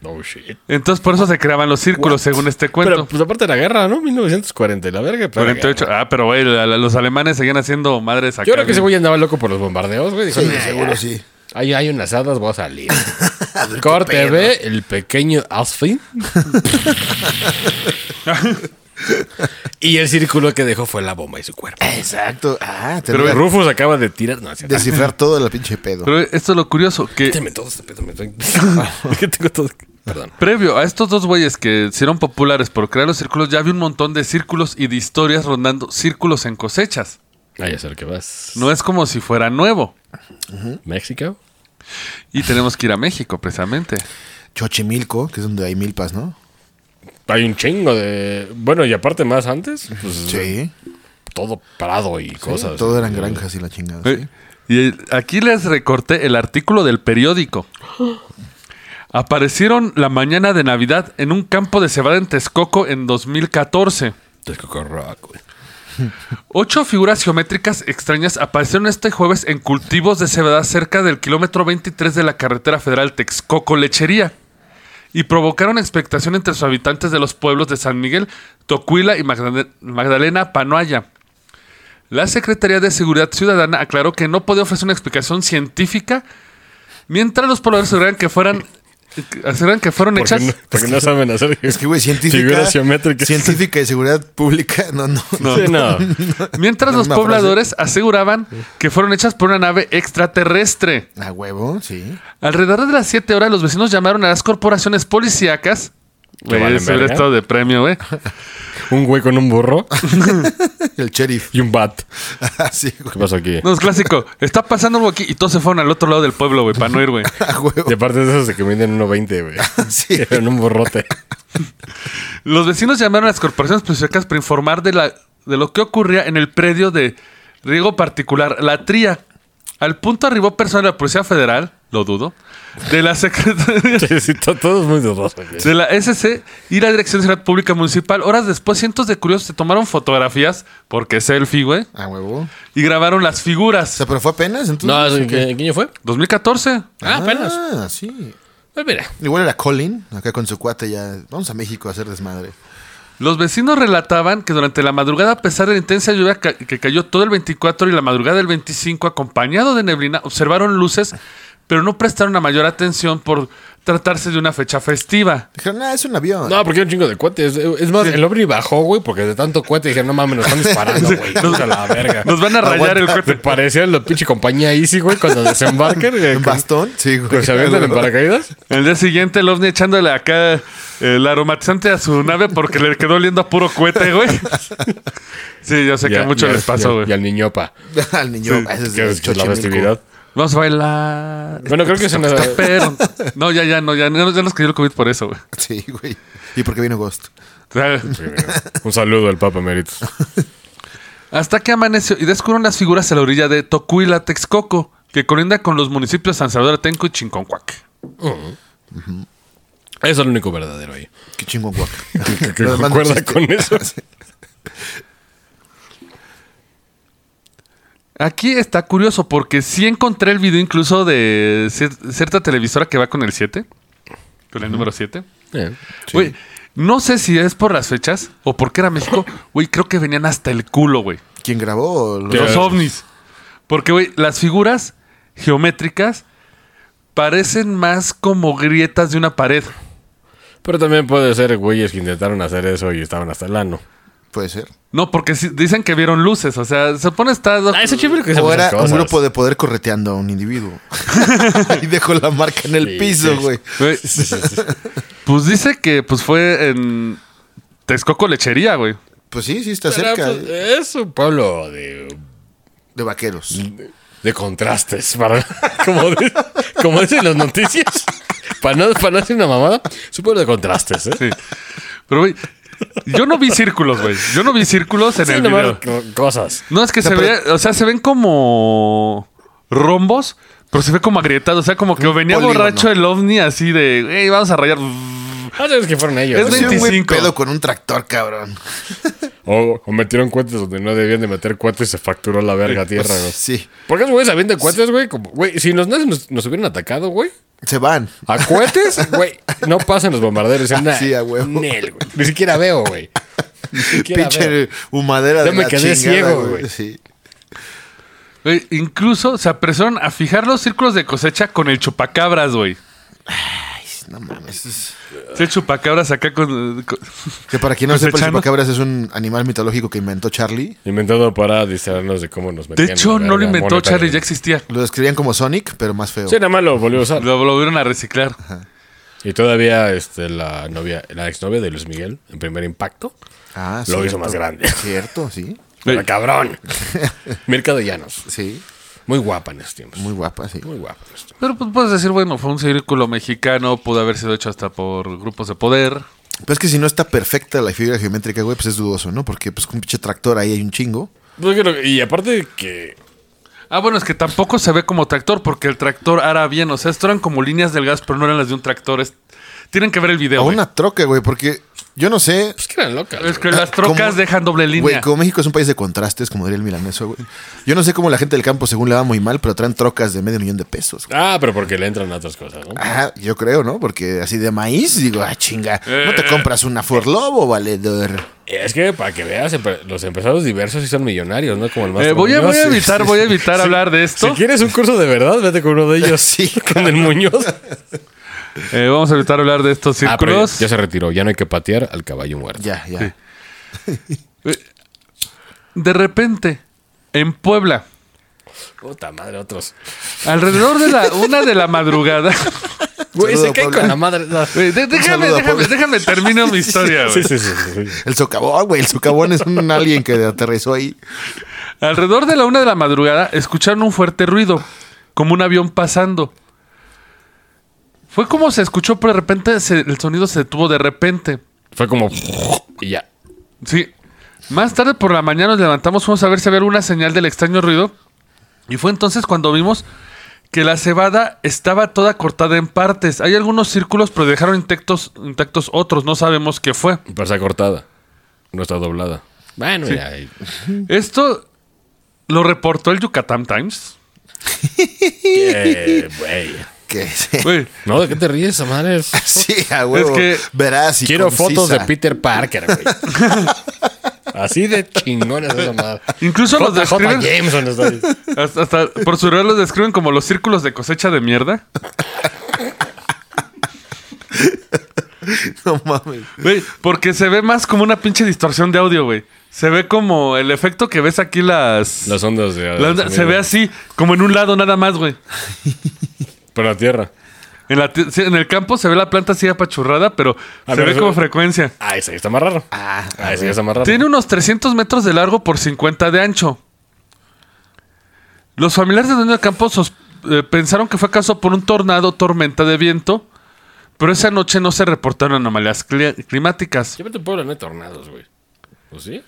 No Oh, shit. Entonces por eso se creaban los círculos, según este cuento. Pero pues aparte de la guerra, ¿no? 1940. y La verga. pero la 48. Ah, pero güey, la- la- los alemanes seguían haciendo madres acá. Yo creo que bien. ese güey andaba loco por los bombardeos, güey. Dijo, Sí, "Nah, seguro sí. Ahí hay unas hadas, voy a salir. Corte B, el pequeño Asfin. y el círculo que dejó fue la bomba y su cuerpo. Exacto. Ah, te Pero voy a Rufus acaba de tirar. No, es cierto. descifrar todo el pinche pedo. Pero esto es lo curioso, que Quítame todo este pedo. me estoy- Es que tengo todo. Perdón. previo a estos dos güeyes que se hicieron populares por crear los círculos, ya había un montón de círculos y de historias rondando círculos en cosechas. Ah, ya sé lo que vas. No es como si fuera nuevo. ¿México? Y tenemos que ir a México, precisamente. Xochimilco, que es donde hay milpas, ¿no? Hay un chingo de. Bueno, y aparte más antes, pues, Sí. todo parado y cosas. Todo eran granjas y la chingada. Eh, Y el- aquí les recorté el artículo del periódico. Aparecieron la mañana de Navidad en un campo de cebada en Texcoco en 2014. Texcoco Rock, güey. Ocho figuras geométricas extrañas aparecieron este jueves en cultivos de cebada cerca del kilómetro 23 de la carretera federal Texcoco Lechería y provocaron expectación entre sus habitantes de los pueblos de San Miguel, Tocuila y Magdale- Magdalena Panoaya. La Secretaría de Seguridad Ciudadana aclaró que no podía ofrecer una explicación científica mientras los pobladores aseguraran que fueran aseguran que fueron Porque hechas no, porque no saben hacer Es que, güey, científica. figuras geométricas. Científica y seguridad pública. No, no. Sí, no. mientras No, los una frase. pobladores aseguraban que fueron hechas por una nave extraterrestre. A huevo, sí. Alrededor de las 7 horas, los vecinos llamaron a las corporaciones policíacas. Que valen Güey, sobre verga. todo de premio, güey. Un güey con un burro El sheriff. Ah, y un bat. sí, güey. ¿Qué pasó aquí? No, es clásico. Está pasando algo aquí y todos se fueron al otro lado del pueblo, güey, para no ir, güey. A huevo. Y aparte de esos de que miden 1.20, güey. Ah, Sí. En un borrote. Los vecinos llamaron a las corporaciones policíacas para informar de, la, de lo que ocurría en el predio de riego particular, la tría. Al punto arribó personal de la Policía Federal, lo dudo, de la Secretaría Sí, sí, to- todo es muy dudoso. güey. de la SC y la Dirección de Seguridad Pública Municipal. Horas después, cientos de curiosos se tomaron fotografías, porque selfie, güey, A huevo. O y grabaron las figuras. sea, pero fue apenas, entonces. No, ¿qué, qué año fue? 2014. Ah, apenas. Ah, sí. Pues mira. Igual era Colin, acá con su cuate ya. Vamos a México a hacer desmadre. Los vecinos relataban que durante la madrugada, a pesar de la intensa lluvia ca- que cayó todo el 24 y la madrugada del 25, acompañado de neblina, observaron luces, pero no prestaron la mayor atención por tratarse de una fecha festiva. Dijeron, ah, es un avión. No, porque era un chingo de cuates. Es más, el ovni bajó, güey, porque de tanto cuate dijeron, no mames, nos están disparando, güey. Nos a la verga. Nos van a rayar el ¿Te cohete. parecía la pinche compañía Easy, güey, cuando desembarquen? eh, ¿En con- bastón? Sí, güey. con- ¿Se avientan en paracaídas? El día siguiente, el ovni echándole acá el aromatizante a su nave porque le quedó oliendo a puro cohete, güey. Sí, yo sé que Ya- a muchos ya- les ya- pasó, Y güey. al niñopa. Al niño. ese Ah, es Que de es que es la Xochimilco. festividad. Vamos a bailar. Bueno, creo que se nos... Pero. No, ya, ya, no, ya, ya nos cayó el COVID por eso, güey. Sí, güey. ¿Y por qué vino Ghost? O sea, Un saludo al Papa Méritos. Hasta que amaneció y descubrieron las figuras a la orilla de Tocuila, Texcoco, que colinda con los municipios de San Salvador, Atenco y Chinconcuac. Eso es lo único verdadero ahí. Qué chingón guac. Que que Lo demás no concuerda existe. con eso. Aquí está curioso porque sí encontré el video incluso de cier- cierta televisora que va con el 7, con el número 7. Eh. Güey, no sé si es por las fechas o porque era México. Güey, creo que venían hasta el culo, güey. ¿Quién grabó? Los- Los Claro. ovnis. Porque, güey, las figuras geométricas parecen más como grietas de una pared. Pero también puede ser güeyes que intentaron hacer eso y estaban hasta el ano. Puede ser. No, porque sí- dicen que vieron luces. O sea, se supone está. Ah, eso es chévere que se O era muchas cosas. un grupo de poder correteando a un individuo. y dejó la marca en el Sí, piso, sí. güey. Güey, Pues dice que pues fue en Texcoco Lechería, güey. Pues sí, sí, está Pero, cerca. eh, pues, es un pueblo de, De vaqueros. de contrastes, para, como, di- como dicen las noticias. Para no, para no hacer una mamada, es un pueblo de contrastes, ¿eh? Sí. Pero, güey, yo no vi círculos, güey. Yo no vi círculos en Sí, el nomás video. co- cosas. No, es que se pero- ve, o sea, se ven como rombos, pero se ve como agrietado. O sea, como que venía polígono. borracho el ovni así de, hey, vamos a rayar. Ah, sabes que fueron ellos. Es ¿no? Sí, un buen 25. pedo con un tractor, cabrón. O, o metieron cuates donde no debían de meter cuates y se facturó la verga a tierra, güey. Sí. ¿Por qué esos güeyes avientan cuates, güey? Como, güey, si los nazis nos, nos hubieran atacado, güey, Se van. a cohetes, güey, no pasan los bombarderos. en una- Sí, a huevo. Nel, güey. Ni siquiera veo, güey. Ni siquiera veo. Pinche humadera de Ya me la quedé chingada, ciego, güey. Sí. Güey, incluso se apresaron a fijar los círculos de cosecha con el chupacabras, güey. No mames. es- Sí, el chupacabras acá con- con Que para Pues quien no sepa, el Cosechando. chupacabras es un animal mitológico que inventó Charlie. Inventado para distraernos de cómo nos De metían. hecho, la no lo verga inventó monetaria. Charlie, ya existía. Lo describían como Sonic, pero más feo. Sí, nada más lo volvió a usar. Lo volvieron a reciclar. Y todavía este, la novia, la exnovia de Luis Miguel, en primer impacto, Ah, lo hizo cierto. más grande. Cierto, sí. Pero cabrón. Mirka de Llanos. Sí. Muy guapa en esos tiempos. Muy guapa, sí. Muy guapa en esos tiempos. Pero pues, puedes decir, bueno, fue un círculo mexicano, pudo haber sido hecho hasta por grupos de poder. Pero es que si no está perfecta la figura geométrica, güey, pues es dudoso, ¿no? Porque pues con un pinche tractor ahí hay un chingo. Pues, creo que- Y aparte de que Ah, bueno, es que tampoco se ve como tractor, porque el tractor hará bien. O sea, esto eran como líneas delgadas, pero no eran las de un tractor. Es- Tienen que ver el video. O güey. una troca, güey, porque Yo no sé. Pues que eran locas. Es que Ah, las trocas ¿cómo? dejan doble línea. Güey, como México es un país de contrastes, como diría el milaneso, güey. Yo no sé cómo la gente del campo, según le va muy mal, pero traen trocas de medio millón de pesos. güey. Ah, pero porque le entran a otras cosas, ¿no? Ajá, yo creo, ¿no? Porque así de maíz, digo, ah, chinga, no Eh. te compras una Ford Lobo, valedor. Es que para que veas, empe- los empresarios diversos sí son millonarios, ¿no? Como el más. Eh, voy, a, voy Muñoz. a evitar, voy a evitar Sí. hablar de esto. Si quieres un curso de verdad, vete con uno de ellos. Sí, con el Muñoz. Eh, vamos a evitar hablar de estos Ah, pero círculos. ya se retiró. Ya no hay que patear al caballo muerto. Ya, ya. de repente, en Puebla, Puta madre, otros. alrededor de la una de la madrugada. Güey, Saludo, se cae Pablo. con la madre. No. Güey, de- déjame, saludo a déjame, Puebla. déjame termino mi historia, güey. Sí, sí, sí, sí, sí. El socavón, güey. El socavón es un alien que aterrizó ahí. Alrededor de la una de la madrugada escucharon un fuerte ruido, como un avión pasando. Fue como se escuchó, pero de repente se- el sonido se detuvo de repente. Fue como. Y ya. Sí. Más tarde por la mañana nos levantamos, fuimos a ver si había una señal del extraño ruido. Y fue entonces cuando vimos que la cebada estaba toda cortada en partes. Hay algunos círculos, pero dejaron intactos, intactos otros. No sabemos qué fue. Pero está cortada. No está doblada. Bueno, ya. eh. Esto lo reportó el Yucatán Times. Eh, Güey. Que sí, Güey, No, ¿de qué te ríes, madre? sí, a huevo. que Verás y Quiero concisa. fotos de Peter Parker, güey. Así de chingones esa madre. incluso los J.J. describen... Jameson está ahí. Hasta, hasta por su real los describen como los círculos de cosecha de mierda. No mames. Güey, porque se ve más como una pinche distorsión de audio, güey. Se ve como el efecto que ves aquí las... Las ondas de. las- se ve así, como en un lado nada más, güey. Pero la tierra. En, la ti- sí, en el campo se ve la planta así apachurrada, pero A se ver, ve como eso- frecuencia. Ah, ese está más raro. Ah, ese está más raro. Tiene unos 300 metros de largo por 50 de ancho. Los familiares del dueño del campo sos- eh, pensaron que fue acaso por un tornado o tormenta de viento, pero esa noche no se reportaron anomalías cli- climáticas. Siempre tu pueblo no hay tornados, güey. ¿O sí?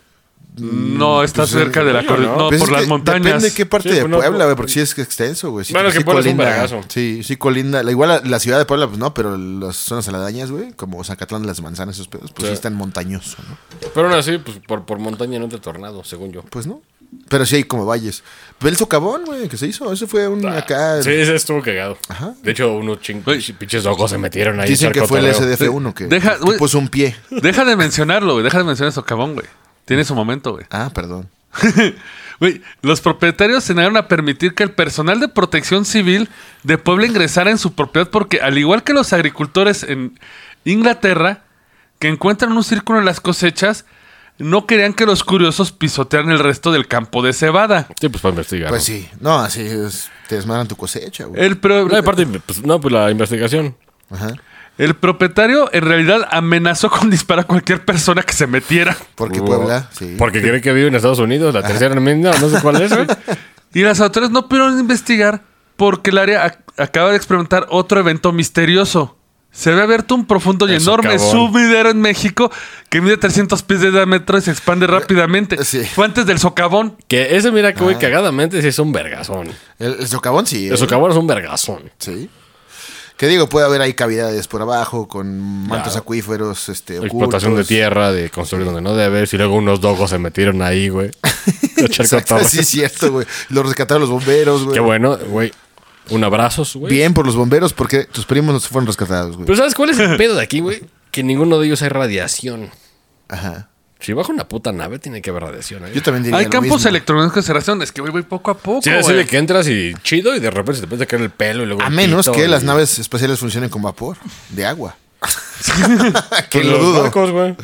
No, está pues, cerca de la coño, cordillera. ¿no? No, Pues es por que las montañas. Depende de qué parte Sí, de pues no, Puebla, no. güey, porque sí es extenso, güey. Sí, Bueno, sí que Puebla es un vergazo. Sí, sí colinda. La- Igual la, la ciudad de Puebla, pues no, pero las zonas aledañas, güey, como Zacatlán de las Manzanas, esos pedos, pues sí, Sí. están montañosos, ¿no? Pero aún así, pues por, por montaña no entra tornado, según yo. Pues no. Pero sí hay como valles. Ve el socavón, güey, que se hizo. Eso fue un acá. Ah, Sí, ese estuvo cagado. Ajá. De hecho, unos ching- Güey. pinches ojos se metieron ahí. Dicen al que fue el cotorreo. SDF1 que, Deja, que güey. puso un pie. Deja de mencionarlo, güey. Deja de mencionar eso, cabón, güey. Tiene su momento, güey. Ah, perdón. Güey, los propietarios se negaron a permitir que el personal de protección civil de Puebla ingresara en su propiedad porque, al igual que los agricultores en Inglaterra, que encuentran un círculo en las cosechas, no querían que los curiosos pisotearan el resto del campo de cebada. Sí, pues para investigar. Pues ¿no? sí. No, así es, te desmadran tu cosecha, güey. El, pro- No, aparte, pues, no, pues la investigación. Ajá. el propietario en realidad amenazó con disparar a cualquier persona que se metiera. Porque Puebla, sí. Porque cree que vive en Estados Unidos, la tercera enmienda, no sé cuál es, güey. Y las autoridades no pudieron investigar porque el área ac- acaba de experimentar otro evento misterioso. Se había abierto un profundo y Eso, enorme cabrón. subidero en México que mide 300 pies de diámetro y se expande Eh, rápidamente. sí. Fue antes del socavón. Que ese, mira, que güey, Ah. cagadamente sí es un vergazón. El, el socavón sí. ¿eh? Eso cabrón es un vergazón. Sí. Que digo, puede haber ahí cavidades por abajo con mantos acuíferos, este, Explotación de ocultos. tierra, de construir donde no debes. Y luego unos dogos se metieron ahí, güey. A echar Exacto, cotorreo. sí es cierto, güey. Lo rescataron los bomberos, güey. Qué bueno, güey. Un abrazo, güey. Bien por los bomberos porque tus primos no se fueron rescatados, güey. Pero ¿sabes cuál es el pedo de aquí, güey? Que ninguno de ellos hay radiación. Ajá. Si baja una puta nave, tiene que haber radiación. ¿eh? Yo también diría Hay lo campos mismo. electromagnéticos de radiación. Es que voy, voy poco a poco. Sí, así güey. de que entras y chido y de repente se te empieza a caer el pelo y luego. eh. A el menos pito, que y- las naves espaciales funcionen con vapor de agua. que Pues lo los dudo. barcos, güey.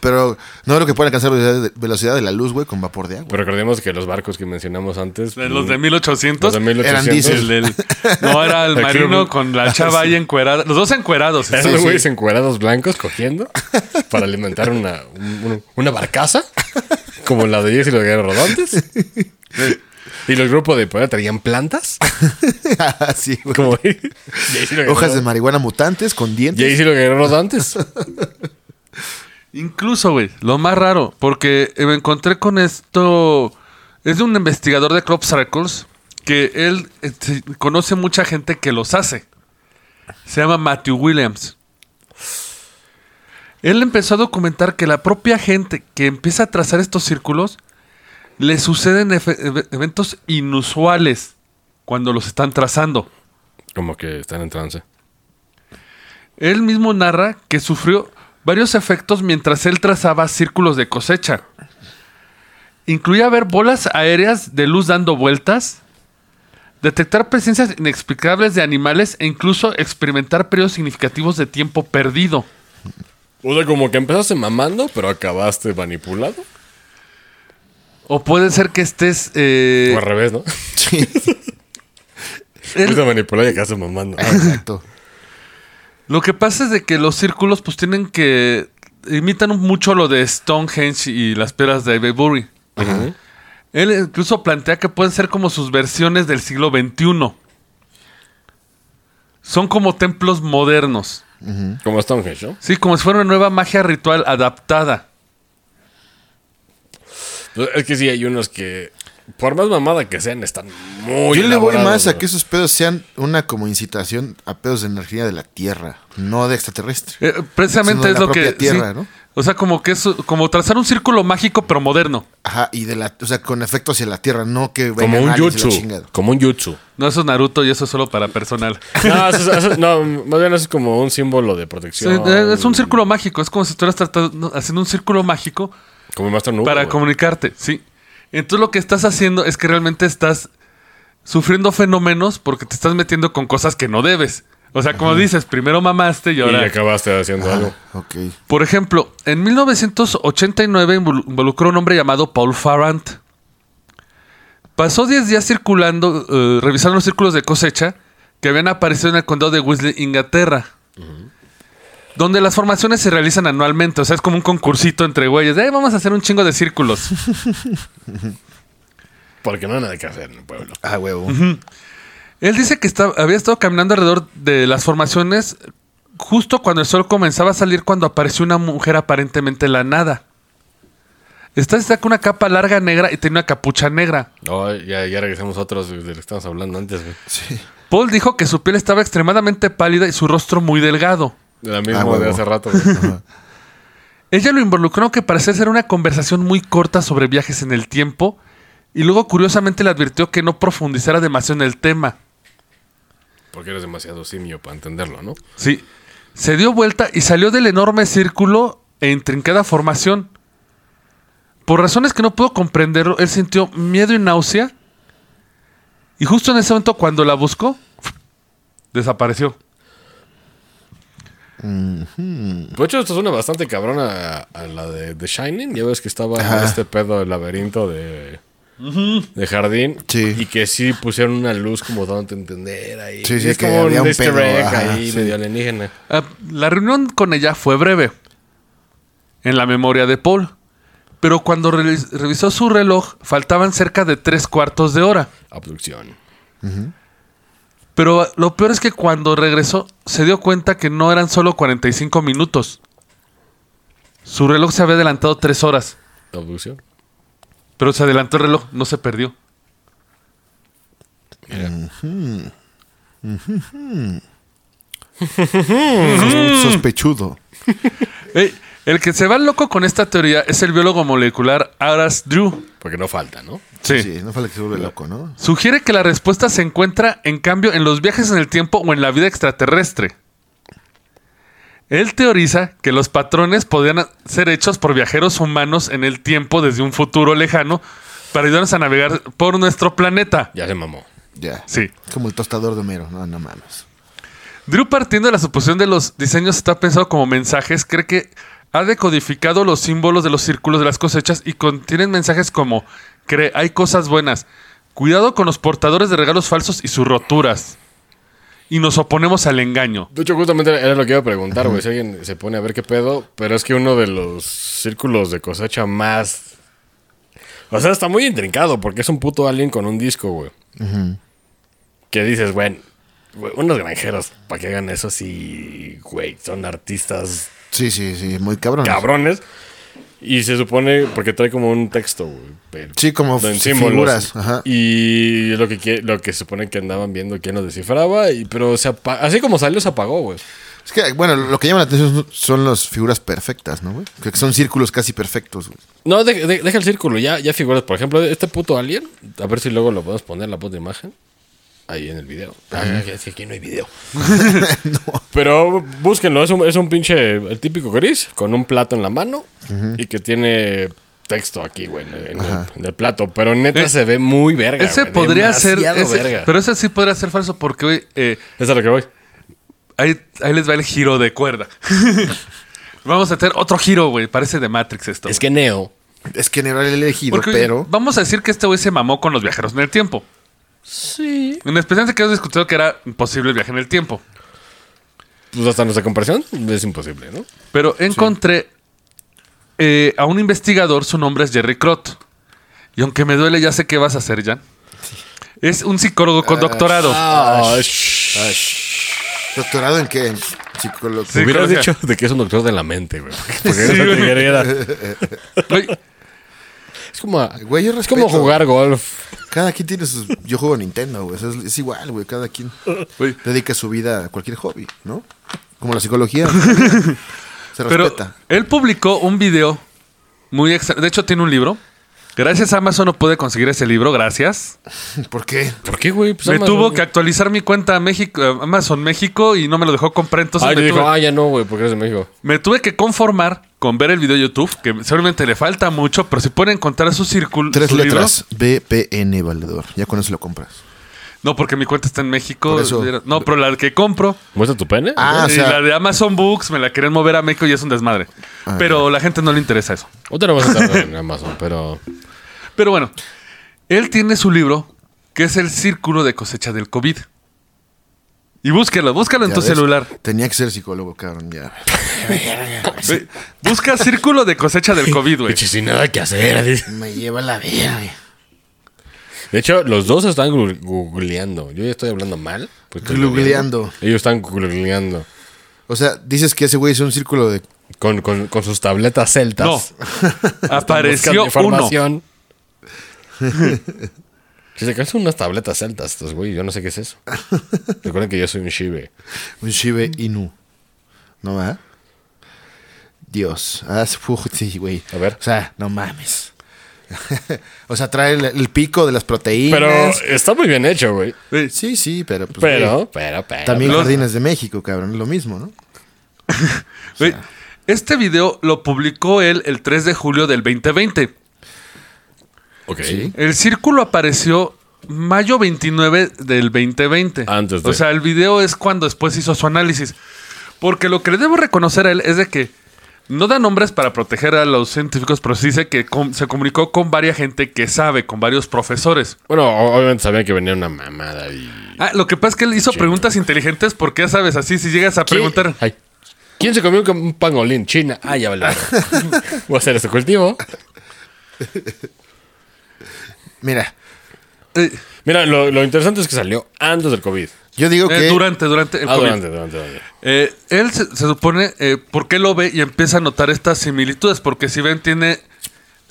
Pero no creo que puedan alcanzar velocidad de, velocidad de la luz, güey, con vapor de agua. Pero recordemos que los barcos que mencionamos antes. mm, De Los de los 1800. de 1800, eran diésel. El del- no, era el El marino club. con la chava ahí encuerada. Los dos encuerados. Eran Sí, los sí. güeyes encuerados blancos cogiendo para alimentar una, un- un- una barcaza como la de Jess y los guerreros rodantes. Y los grupos de poder traían plantas Ah, sí, güey. como Jess y los Hojas de guerreros- marihuana mutantes con dientes. Jess y los guerreros rodantes. Incluso, güey, lo más raro, porque eh, me encontré con esto. Es de un investigador de Crop Circles que él eh, se- conoce mucha gente que los hace. Se llama Matthew Williams. Él empezó a documentar que la propia gente que empieza a trazar estos círculos le suceden efe- eve- eventos inusuales cuando los están trazando. Como que están en trance. Él mismo narra que sufrió varios efectos mientras él trazaba círculos de cosecha. Incluía ver bolas aéreas de luz dando vueltas, detectar presencias inexplicables de animales e incluso experimentar periodos significativos de tiempo perdido. O sea, como que empezaste mamando, pero acabaste manipulado. O puede ser que estés... eh, o al revés, ¿no? Sí, él- Empezaste manipulado y acabaste mamando. Ah, exacto. Lo que pasa es de que los círculos pues tienen que... Imitan mucho lo de Stonehenge y las piedras de Avebury. Él incluso plantea que pueden ser como sus versiones del siglo XXI. Son como templos modernos. Como Stonehenge, ¿no? Sí, como si fuera una nueva magia ritual adaptada. Pues, Es que sí, hay unos que, por más mamada que sean, están muy. Yo le voy elaborados, más a ¿no? que esos pedos sean una como incitación a pedos de energía de la Tierra, no de extraterrestre. Eh, precisamente Sino de es la lo que... propia tierra, sí. ¿no? O sea, como que es como trazar un círculo mágico pero moderno. Ajá, y de la, o sea, con efecto hacia la Tierra, no que Como vengan un aliens y la jutsu. chingada. Como un jutsu. No, eso es Naruto y eso es solo para personal. No, eso es- eso es- no, más bien eso es como un símbolo de Sí, protección. eh, es un círculo mágico. Es como si estuvieras tratando- haciendo un círculo mágico Como Master Nuke. para güey. comunicarte, sí. Entonces lo que estás haciendo es que realmente estás sufriendo fenómenos porque te estás metiendo con cosas que no debes. O sea, como dices, primero mamaste y Y ahora... le acabaste haciendo algo. Ah, Ok. Por ejemplo, en 1989 invol- involucró a un hombre llamado Paul Farrant. Pasó 10 días circulando, eh, revisando los círculos de cosecha que habían aparecido en el condado de Wesley, Inglaterra. Donde las formaciones se realizan anualmente. O sea, es como un concursito entre güeyes. De, "Eh, vamos a hacer un chingo de círculos. Porque no hay nada que hacer en el pueblo. Ah, huevo. Él dice que estaba- había estado caminando alrededor de las formaciones justo cuando el sol comenzaba a salir cuando apareció una mujer aparentemente de la nada. Esta está con una capa larga negra y tenía una capucha negra. No, ya, ya regresamos a otros de los que estábamos hablando antes, güey. Paul dijo que su piel estaba extremadamente pálida y su rostro muy delgado. De la misma Ah, huevo. de hace rato, güey. Ella lo involucró que parecía ser una conversación muy corta sobre viajes en el tiempo y luego curiosamente le advirtió que no profundizara demasiado en el tema. Porque eres demasiado simio para entenderlo, ¿no? Sí. Se dio vuelta y salió del enorme círculo e intrincada formación. Por razones que no pudo comprenderlo, él sintió miedo y náusea. Y justo en ese momento, cuando la buscó, desapareció. De hecho, esto suena bastante cabrón a, a la de The Shining. Ya ves que estaba Ajá. este pedo del laberinto de, de jardín. Sí. Y que sí pusieron una luz como dándote a entender ahí. Sí, sí, es que como había un un easter pedo, egg ajá, ahí sí. medio alienígena. Ah, La reunión con ella fue breve, en la memoria de Paul. Pero cuando re- revisó su reloj, faltaban cerca de tres cuartos de hora. Abducción. Pero lo peor es que cuando regresó se dio cuenta que no eran solo 45 minutos. Su reloj se había adelantado tres horas, Abducción. pero se adelantó el reloj, no se perdió. Mm. Sos- Sospechudo. Ey, el que se va loco con esta teoría es el biólogo molecular Aras Drew. Porque no falta, ¿no? Sí. Sí, no fue que se vuelve loco, ¿no? Sugiere que la respuesta se encuentra, en cambio, en los viajes en el tiempo o en la vida extraterrestre. Él teoriza que los patrones podrían ser hechos por viajeros humanos en el tiempo desde un futuro lejano para ayudarnos a navegar por nuestro planeta. Ya se mamó. Ya. Sí. Como el tostador de Homero. No, no mames. Drew, partiendo de la suposición de los diseños, está pensado como mensajes, cree que ha decodificado los símbolos de los círculos de las cosechas y contienen mensajes como: cree, hay cosas buenas, cuidado con los portadores de regalos falsos y sus roturas. Y nos oponemos al engaño. De hecho, justamente era lo que iba a preguntar, güey. Si alguien se pone a ver qué pedo, pero es que uno de los círculos de cosecha más. O sea, está muy intrincado porque es un puto alien con un disco, güey. Que dices, güey, güey, unos granjeros, para que hagan eso, sí, güey, son artistas Sí, sí, sí. Muy cabrón. cabrones. Y se supone, porque trae como un texto, güey. pero- Sí, como en f- símbolos. figuras, ajá. Y lo que, quie- lo que se supone que andaban viendo quién lo descifraba, y, pero se apa- así como salió, se apagó, güey. Es que, bueno, lo que llama la atención son las figuras perfectas, ¿no, güey? Que son círculos casi perfectos, güey. No, de- de- deja el círculo, ya, ya figuras. Por ejemplo, este puto alien, a ver si luego lo podemos poner la puta imagen. Ahí en el video. Ah, es que aquí no hay video. Pero búsquenlo, es un, es un pinche, el típico gris, con un plato en la mano y que tiene texto aquí, güey, en, el- en el plato. Pero neta Eh, se ve muy verga. Ese güey, podría ser. demasiado ese- verga. pero ese sí podría ser falso porque hoy. eh, Es a lo que voy. ahí, ahí les va el giro de cuerda. Vamos a hacer otro giro, güey. Parece de Matrix esto. Es que Neo. Es que Nero era el elegido, Porque, oye, pero. Vamos a decir que este güey se mamó con los viajeros en el tiempo. Sí. En especial se quedó discutido que era imposible el viaje en el tiempo. Pues hasta nuestra comparación es imposible, ¿no? Pero encontré eh, a un investigador, su nombre es Jerry Crott. Y aunque me duele, ya sé qué vas a hacer, Jan. Es un psicólogo con doctorado. Ah, ¿Doctorado en qué? En psicología. Sí, Hubieras creo que- dicho de que es un doctor de la mente, güey. Porque Sí, esa güey. tiguerera- Güey, Es como, Güey, yo es como respeto. jugar golf. Cada quien tiene sus. Yo juego Nintendo, güey. eso Es, es igual, güey. Cada quien Güey. dedica su vida a cualquier hobby, ¿no? Como la psicología. Se Pero respeta. él publicó un video muy extra. De hecho, tiene un libro. Gracias a Amazon no pude conseguir ese libro, gracias. ¿Por qué? ¿Por qué, güey? Pues me Amazon, tuvo güey. que actualizar mi cuenta a México, a Amazon México y no me lo dejó comprar. Entonces Ah, yo me, digo, tuve, ah, ya no, güey, porque eres de México. me tuve que conformar con ver el video de YouTube, que seguramente le falta mucho, pero si pueden encontrar su círculo. Tres su libro- letras. BPN Valedor. Ya con eso lo compras. no, porque mi cuenta está en México. Por eso. No, pero la que compro. ¿Muestra tu pene? Ah, o y sea- la de Amazon Books me la quieren mover a México y es un desmadre. Ah, pero la gente no le interesa eso. Otra no vas a estar en Amazon, pero. Pero bueno, él tiene su libro que es el círculo de cosecha del COVID. Y búscalo, búscalo en Ya tu ves, celular. Tenía que ser psicólogo, cabrón, ya. Güey, Busca círculo de cosecha del COVID, güey. Pinche, sin nada que hacer. dice. Me lleva la vida, De hecho, los dos están gu- googleando. Yo ya estoy hablando mal. pues estoy Googleando. googleando. Ellos están googleando. O sea, dices que ese güey es un círculo de. Con, con, con sus tabletas celtas. No. Apareció Buscan uno. información. Si se cansan unas tabletas celtas, estos güey, yo no sé qué es eso. Recuerden que yo soy un shibe. Un Shibe Inu. ¿No va? Dios. Ah, sí, fu- sí, güey. A ver. O sea, no mames. o sea, trae el, el pico de las proteínas. Pero está muy bien hecho, güey. Güey, Sí, sí, pero. pues, güey, Pero, pero, pero. también Los- Jardines de México, cabrón. Es lo mismo, ¿no? güey, Este video lo publicó él el 3 de julio del 2020. Ok. El círculo apareció mayo 29 del 2020. Antes de- O sea, el video es cuando después hizo su análisis. Porque lo que le debo reconocer a él es de que no da nombres para proteger a los científicos, pero sí dice que com- se comunicó con varias gente que sabe, con varios profesores. Bueno, o- obviamente sabían que venía una mamada y. Ah, lo que pasa es que él hizo preguntas inteligentes porque ya sabes, así si llegas a preguntar... Ay. ¿Quién se comió un ca- un pangolín? China. Ah, ya vale. Voy a hacer este cultivo. Mira, Eh, Mira, lo, lo interesante es que salió antes del COVID. yo digo eh, que. durante, durante el Ah, COVID. durante, durante, durante. Eh, él se, se supone, eh, ¿por qué lo ve y empieza a notar estas similitudes? Porque si ven, tiene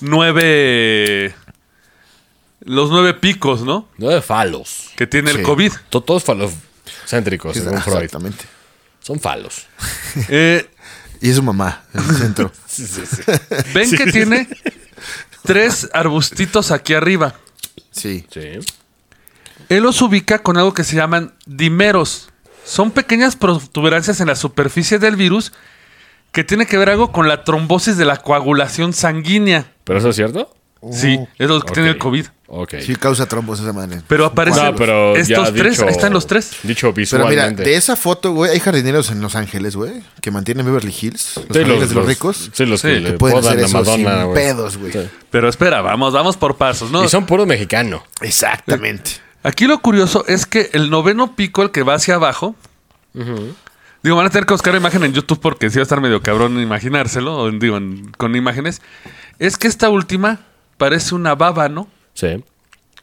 nueve. Los nueve picos, ¿no? No de falos. Que tiene Sí. el COVID. To- Todos falocéntricos, Sí, según Freud. Exactamente. Son falos. Eh, Y es su mamá, en el centro. Sí, sí, sí. ven que tiene tres arbustitos aquí arriba. Sí. Sí. Él los ubica con algo que se llaman dimeros. Son pequeñas protuberancias en la superficie del virus que tiene que ver algo con la trombosis de la coagulación sanguínea. ¿Pero eso es cierto? sí, es lo que tiene Uh, Ok. el COVID. Ok. Sí, causa trombos esa manera. Pero aparecen No, pero ya estos tres. dicho- Ahí están los tres. Dicho Pero visualmente. mira, de esa foto, güey, hay jardineros en Los Ángeles, güey, que mantienen Beverly Hills, los Sí, jardines de los ricos. Sí, los Sí, que que le Pueden podan hacer a eso Madonna, sin güey. pedos, güey. Sí. Pero espera, vamos, vamos por pasos, ¿no? Y son puro mexicano. Exactamente. Aquí lo curioso es que el noveno pico, el que va hacia abajo. Digo, van a tener que buscar imagen en YouTube porque sí va a estar medio cabrón imaginárselo, o en- digo, en- con imágenes. Es que esta última parece una baba, ¿no? Sí.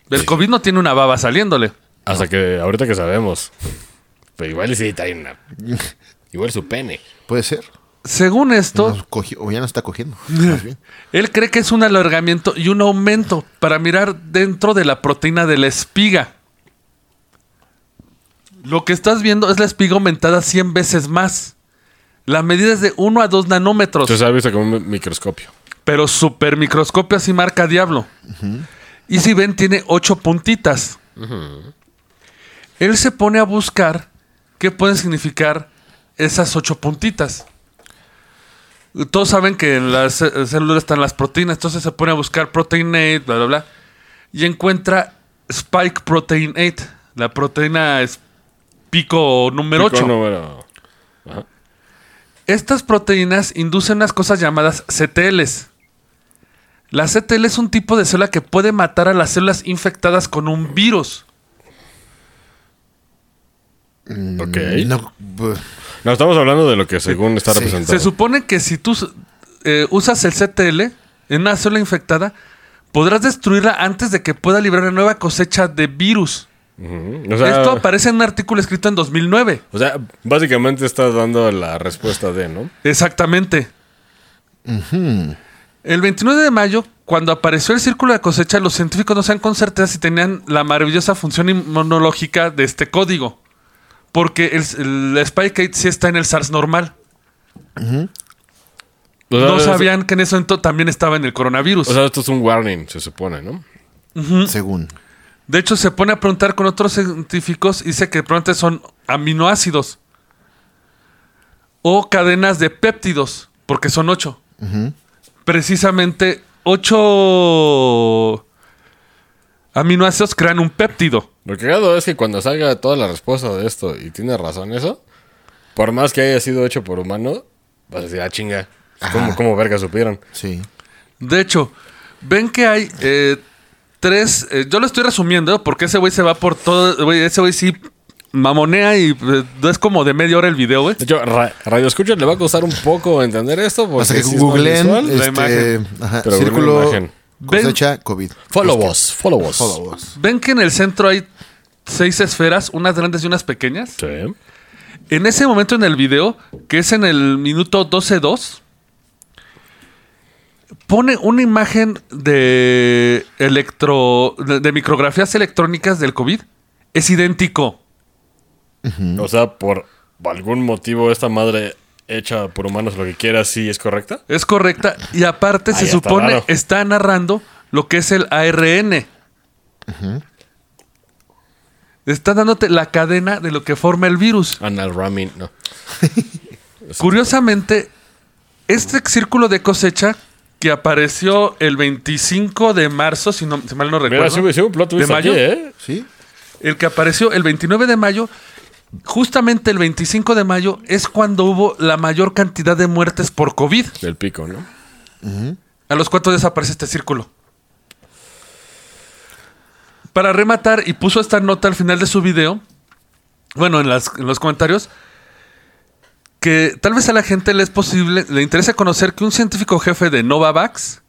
El COVID no tiene una baba saliéndole. Hasta que ahorita que sabemos. Pero igual y sí trae una. Igual su pene. Puede ser. Según esto, No cogió- o ya no está cogiendo. más bien. él cree que es un alargamiento y un aumento para mirar dentro de la proteína de la espiga. Lo que estás viendo es la espiga aumentada 100 veces más. La medida es de 1 a 2 nanómetros. Entonces, vista con un microscopio. Pero super microscopio así marca Diablo. Y si ven, tiene ocho puntitas. Él se pone a buscar qué pueden significar esas ocho puntitas. Todos saben que en las eh, células están las proteínas, entonces se pone a buscar protein 8, bla, bla, bla. Y encuentra Spike Protein 8, la proteína es pico número Pico 8. número- Estas proteínas inducen unas cosas llamadas CTLs. La CTL es un tipo de célula que puede matar a las células infectadas con un virus. Ok. Mm, No, pues, bu- No, estamos hablando de lo que según está Sí. representado. Se supone que si tú eh, usas el CTL en una célula infectada, podrás destruirla antes de que pueda librar una nueva cosecha de virus. Ujú. o, sea, Esto aparece en un artículo escrito en 2009. o sea, básicamente está dando la respuesta de, ¿no? Exactamente. El 29 de mayo, cuando apareció el círculo de cosecha, los científicos no saben con certeza si tenían la maravillosa función inmunológica de este código. Porque el, el Spike 8 sí está en el SARS normal. Pues, O sea, No es- sabían que en eso ento- también estaba en el coronavirus. O sea, esto es un warning, se supone, ¿no? Mm. Según. de hecho, se pone a preguntar con otros científicos y dice que pronto son aminoácidos o cadenas de péptidos, porque son ocho. precisamente ocho aminoácidos crean un péptido. Lo que cagado es que cuando salga toda la respuesta de esto y tiene razón eso, por más que haya sido hecho por humano, vas a decir, ah, chinga. ¿Cómo, cómo verga supieron? Sí. De hecho, ven que hay eh, tres. eh, yo lo estoy resumiendo ¿eh? porque ese güey se va por todo. güey, ese güey sí mamonea y eh, es como de media hora el video, güey. De hecho, ra- Radio Escucha le va a costar un poco entender esto. Porque Hasta que Pues sí es más googleen visual. este, imagen. ajá, Pero una círculo imagen. cosecha COVID. Follow us, follow us. Ven que en el centro hay seis esferas, unas grandes y unas pequeñas. Sí. En ese momento en el video, que es en el minuto 12.2, pone una imagen de electro. de, de micrografías electrónicas del COVID. Es idéntico. O sea, por algún motivo esta madre hecha por humanos, lo que quiera, sí es correcta. Es correcta. Y aparte, Ay, se está supone raro. está narrando lo que es el ARN. Está dándote la cadena de lo que forma el virus. Anal Ramin, no. Curiosamente, este círculo de cosecha que apareció el 25 de marzo, si, no, si mal no Mira, recuerdo, sí, sí, un plot ¿De twist aquí, mayo? ¿eh? ¿Sí? el que apareció el 29 de mayo, justamente el 25 de mayo es cuando hubo la mayor cantidad de muertes por COVID. Del pico, ¿no? A los cuatro días aparece este círculo. Para rematar, y puso esta nota al final de su video, bueno, en, las- en los comentarios, que tal vez a la gente le es posible, le interesa conocer que un científico jefe de Novavax,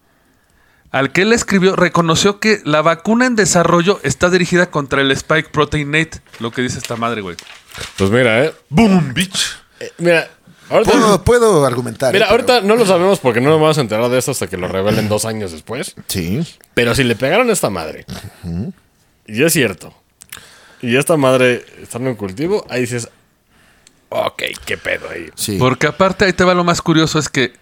al que él escribió, reconoció que la vacuna en desarrollo está dirigida contra el Spike Protein 8, lo que dice esta madre, güey. Pues mira, ¿eh? ¡Boom, bitch! Eh, Mira, ahorita... Puedo, puedo argumentar. Mira, eh, pero- ahorita no lo sabemos porque no nos vamos a enterar de esto hasta que lo revelen dos años después. Sí. Pero si le pegaron a esta madre, y es cierto, y esta madre está en un cultivo, ahí dices, ok, qué pedo ahí. Sí. Porque aparte, ahí te va lo más curioso, es que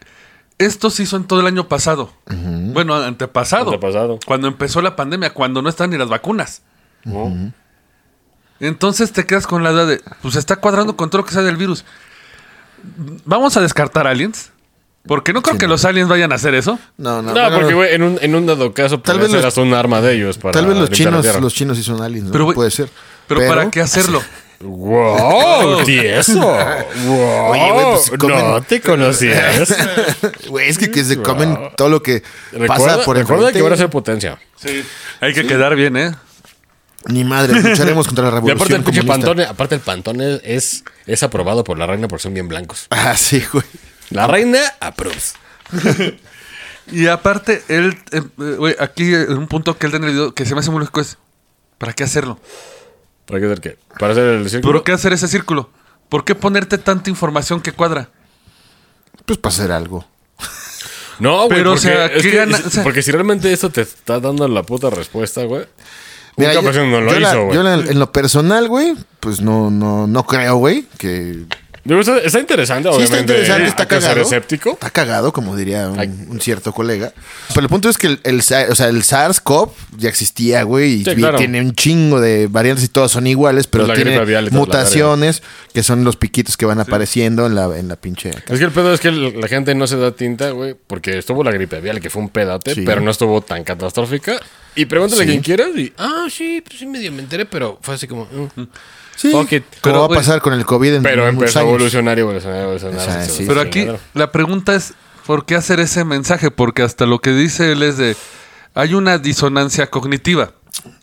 esto se hizo en todo el año pasado. Bueno, antepasado. Antepasado. Cuando empezó la pandemia, cuando no están ni las vacunas. Entonces te quedas con la duda de, pues está cuadrando con todo lo que sea del virus. Vamos a descartar aliens, porque no creo que los aliens vayan a hacer eso. No, no, No, bueno, porque güey, en, un, en un dado caso Tal tal vez vez los- hasta un arma de ellos para Tal vez los limpiar la chinos, tierra. los chinos sí son aliens, ¿no? Pero, güey, puede ser. Pero, ¿para qué hacerlo? ¡Wow! ¡Tieso! ¡Wow! Oye, güey, pues, si comen- No te ¿eh? conocías. Güey, es que, que se comen todo lo que recuerda pasa por el recuerda que van a ser potencia. Hay que quedar bien, ¿eh? Ni madre, lucharemos contra la Y aparte revolución el pinche comunista. pantone, aparte el pantone es, es aprobado por la reina por son bien blancos. Ah, sí, güey. La reina approves. Y aparte, él, eh, eh, güey, aquí eh, un punto que él da en el video que se me hace muy lógico es, ¿para qué hacerlo? ¿Para qué hacer qué? Para hacer el ¿Por círculo. qué hacer ese círculo? ¿Por qué ponerte tanta información que cuadra? Pues para hacer algo. No, güey, Pero, o porque, sea, es ¿qué que- gana- es- o sea- porque si realmente esto te está dando la puta respuesta, güey. Mira, Nunca yo, persona no lo yo la- hizo, güey. yo la- en lo personal, güey, pues no, no, no creo, güey, que Digo, está, está interesante, Sí, obviamente. está interesante, está hay que ser cagado. escéptico. Está cagado, como diría un, Ay. un cierto colega. Pero el punto es que el, el Sa- o sea, el SARS-CoV ya existía, güey, y Sí, vi- claro. tiene un chingo de variantes y todas son iguales, pero Pues la tiene gripe aviar y toda la mutaciones que son los piquitos que van apareciendo en la, en la pinche... Es que el pedo es que el- la gente no se da tinta, güey, porque estuvo la gripe aviar, que fue un pedate, Sí. pero no estuvo tan catastrófica. Y pregúntale a Sí. quien quieras y, ah, Ah, sí, pues sí medio me enteré, pero fue así como... mm. Pues Sí, Fuck it. como Pero, va a güey, pasar con el COVID en pero unos empezó a años. evolucionar y evolucionar y evolucionar. Esa, y sí. pues, Pero evolucionar. aquí la pregunta es, ¿por qué hacer ese mensaje? Porque hasta lo que dice él es de, hay una disonancia cognitiva.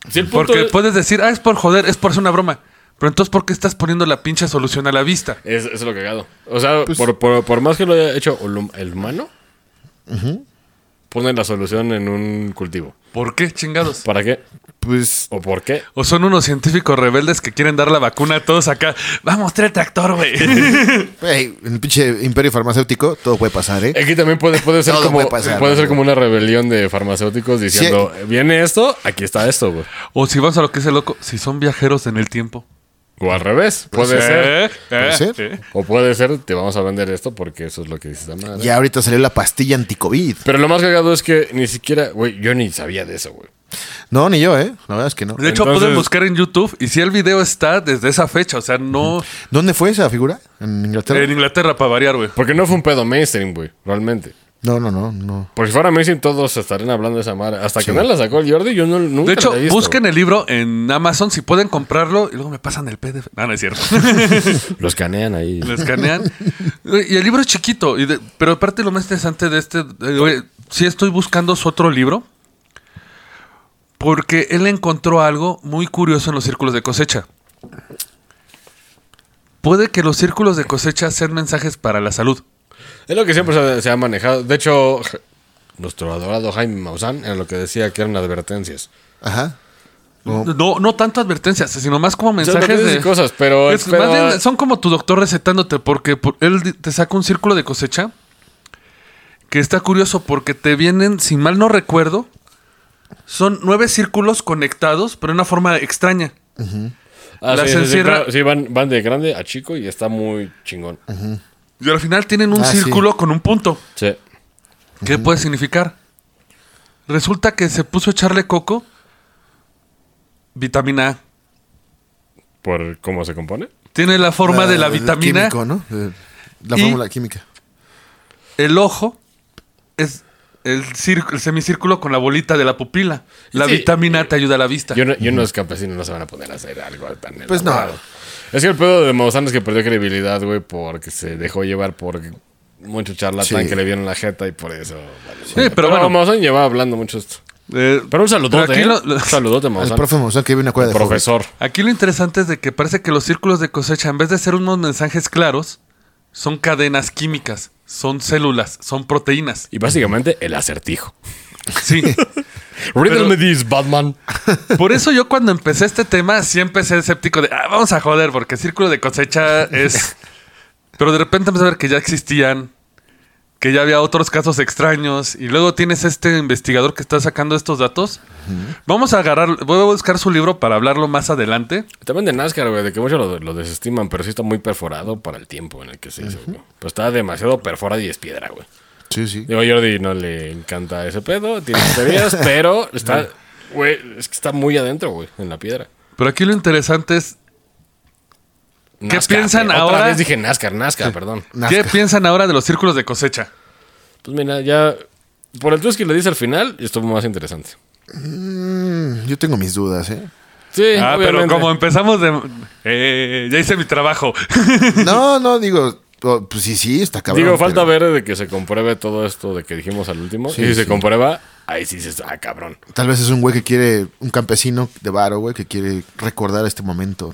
Sí, el punto Porque es- puedes decir, ah, es por joder, es por hacer una broma. Pero entonces, ¿por qué estás poniendo la pinche solución a la vista? Es, es lo cagado. O sea, por, por- por más que lo haya hecho el, hum- el humano, ponen la solución en un cultivo. ¿Por qué, chingados? ¿Para qué? Pues ¿O por qué? O son unos científicos rebeldes que quieren dar la vacuna a todos acá. Vamos, trae el tractor, güey. Ey, en el pinche imperio farmacéutico todo puede pasar, ¿eh? Aquí también puede, puede ser, Todo como, puede pasar, puede ser ¿no? como una rebelión de farmacéuticos diciendo, viene esto, aquí está esto, güey. o si vamos a lo que es el loco, si son viajeros en el tiempo. ¿Eh? O al revés, Pues puede ser. Puede ser. O puede ser, te vamos a vender esto porque eso es lo que dice esta madre. Ya ahorita salió la pastilla anticovid. Pero lo más cagado es que ni siquiera, güey, yo ni sabía de eso, güey. No, ni yo, ¿eh? La verdad es que no. De hecho, Entonces- pueden buscar en YouTube y si el video está desde esa fecha, o sea, no ¿Dónde fue esa figura? ¿En Inglaterra? en Inglaterra para variar, güey. Porque no fue un pedo mainstream, güey, realmente. No, no, no, no. Por si fuera mainstream, todos estarían hablando de esa madre. Hasta que no la sacó el Jordi, yo no, nunca De hecho, la he visto, busquen el libro en Amazon si pueden comprarlo y luego me pasan el PDF. No, no es cierto. güey. Lo escanean ahí. Lo escanean. Y el libro es chiquito, y de- pero aparte lo más interesante de este, eh, güey, sí estoy buscando su otro libro, porque él encontró algo muy curioso en los círculos de cosecha. Puede que los círculos de cosecha sean mensajes para la salud. Es lo que siempre se, se ha manejado. De hecho, nuestro adorado Jaime Maussan era lo que decía que eran advertencias. Ajá. No, no tanto advertencias, sino más como sea, mensajes advertencias de y cosas, pero- Es- pero- más bien son como tu doctor recetándote porque por- él di- te saca un círculo de cosecha que está curioso porque te vienen, si mal no recuerdo, son nueve círculos conectados, pero de una forma extraña. Ah, Las sí, sí, sí, encierra- claro. Sí, van, van de grande a chico y está muy chingón. Y al final tienen un Ah, sí. círculo con un punto. Sí. ¿Qué puede significar? Resulta que se puso a echarle coco, vitamina A. ¿Por cómo se compone? Tiene la forma de la del vitamina. Químico, ¿no? De- La Y- fórmula química. El ojo es el, cir- el semicírculo con la bolita de la pupila. La Sí. vitamina te ayuda a la vista. Yo no, yo no es campesino, no se van a poner a hacer algo tan Pues no. elaborado. Es que el pedo de Maussan es que perdió credibilidad, güey, porque se dejó llevar por mucho charlatán Sí. que le vieron la jeta y por eso. vale, Sí, madre. pero bueno. Maussan llevaba hablando mucho esto. Eh, Pero un saludote, pero aquí ¿eh? lo- lo- Un saludote, El Maussan. profe Monzón que viene a cueva de Fobia. Profesor. aquí lo interesante es de que parece que los círculos de cosecha, en vez de ser unos mensajes claros, son cadenas químicas, son células, son proteínas. Y básicamente el acertijo. Sí. Riddle me this, Batman. Por eso yo cuando empecé este tema sí empecé escéptico de, ah, vamos a joder, porque círculo de cosecha es... Pero de repente empecé a ver que ya existían, que ya había otros casos extraños, y luego tienes este investigador que está sacando estos datos. Vamos a agarrar, voy a buscar su libro para hablarlo más adelante. También de NASCAR, güey, de que muchos lo, lo desestiman, pero sí está muy perforado para el tiempo en el que se hizo, güey. Pero está demasiado perforado y es piedra, güey. Sí, sí. Digo, a Jordi no le encanta ese pedo, tiene sus teorías, pero está, güey, es que está muy adentro, güey, en la piedra. Pero aquí lo interesante es, piensan güey. Otra ahora? vez dije NASCAR, NASCAR, perdón. ¿qué Nazca. piensan ahora de los círculos de cosecha? Pues mira, ya, por el twist que le dice al final, estuvo más interesante. Mm, Yo tengo mis dudas, ¿eh? Sí, ah, pero obviamente. como empezamos de... eh, ya hice mi trabajo. No, no, digo, oh, pues sí, sí, está cabrón. Digo, falta pero- ver de que se compruebe todo esto de que dijimos al último. Sí, y si sí. se comprueba, ahí sí dices, ah, cabrón. Tal vez es un güey que quiere, un campesino de varo, güey, que quiere recordar este momento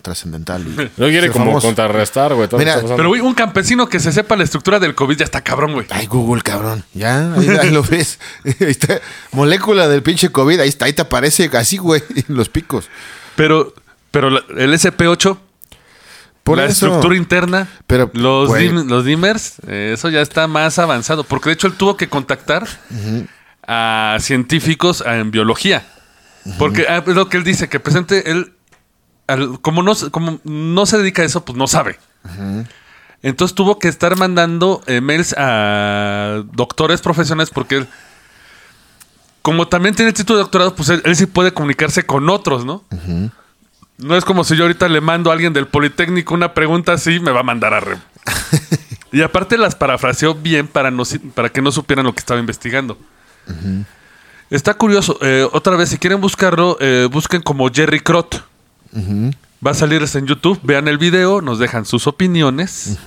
trascendental. y No quiere ser como famoso. contrarrestar, güey. todo lo que Mira, está pasando. Pero güey, un campesino que se sepa la estructura del COVID ya está cabrón, güey. Ay, Google, cabrón. Ya, ahí, ahí lo ves. Ahí está. Molécula del pinche COVID. Ahí está, ahí te aparece así, güey, en los picos. Pero, pero la- el SP8, Por la eso- estructura interna, Pero, los, güey. dim- los dimers, eh, eso ya está más avanzado. Porque de hecho él tuvo que contactar a científicos en biología. Porque ah, es lo que él dice, que presente él, al- como, no, se- como no se dedica a eso, pues no sabe. Entonces tuvo que estar mandando eh, mails a doctores profesionales porque él, como también tiene el título de doctorado, pues él, él sí puede comunicarse con otros, ¿no? No es como si yo ahorita le mando a alguien del Politécnico una pregunta así, me va a mandar a re- y aparte las parafraseó bien para, no, si- para que no supieran lo que estaba investigando. Está curioso. eh, otra vez, si quieren buscarlo, eh, busquen como Jerry Crot. Va a salir este en YouTube. Vean el video, nos dejan sus opiniones.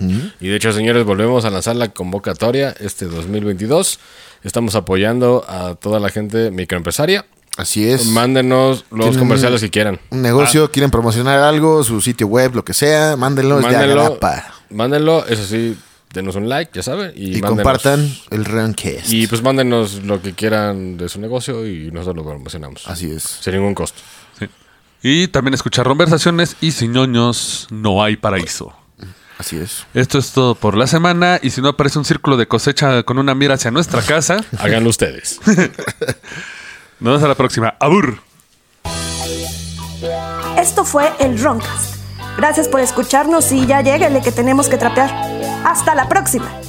Y de hecho, señores, volvemos a lanzar la convocatoria este 2022. Estamos apoyando a toda la gente microempresaria. Así es. Mándenos los Tienen comerciales que quieran. un negocio, Ah. quieren promocionar algo, su sitio web, lo que sea, mándenlo, es de Mándenlo, Agalapa. mándenlo, eso sí, denos un like, ya saben. Y, Y, mándenos- compartan el Rancast. Y pues mándenos lo que quieran de su negocio y nosotros lo promocionamos. Así es. Sin ningún costo. Sí. Y también escuchar conversaciones y sin ñoños no hay paraíso. Así es. Esto es todo por la semana. Y si no aparece un círculo de cosecha con una mira hacia nuestra casa, Háganlo ustedes. nos vemos a la próxima. ¡Abur! Esto fue el Roncast. Gracias por escucharnos y ya lléguenle que tenemos que trapear. ¡Hasta la próxima!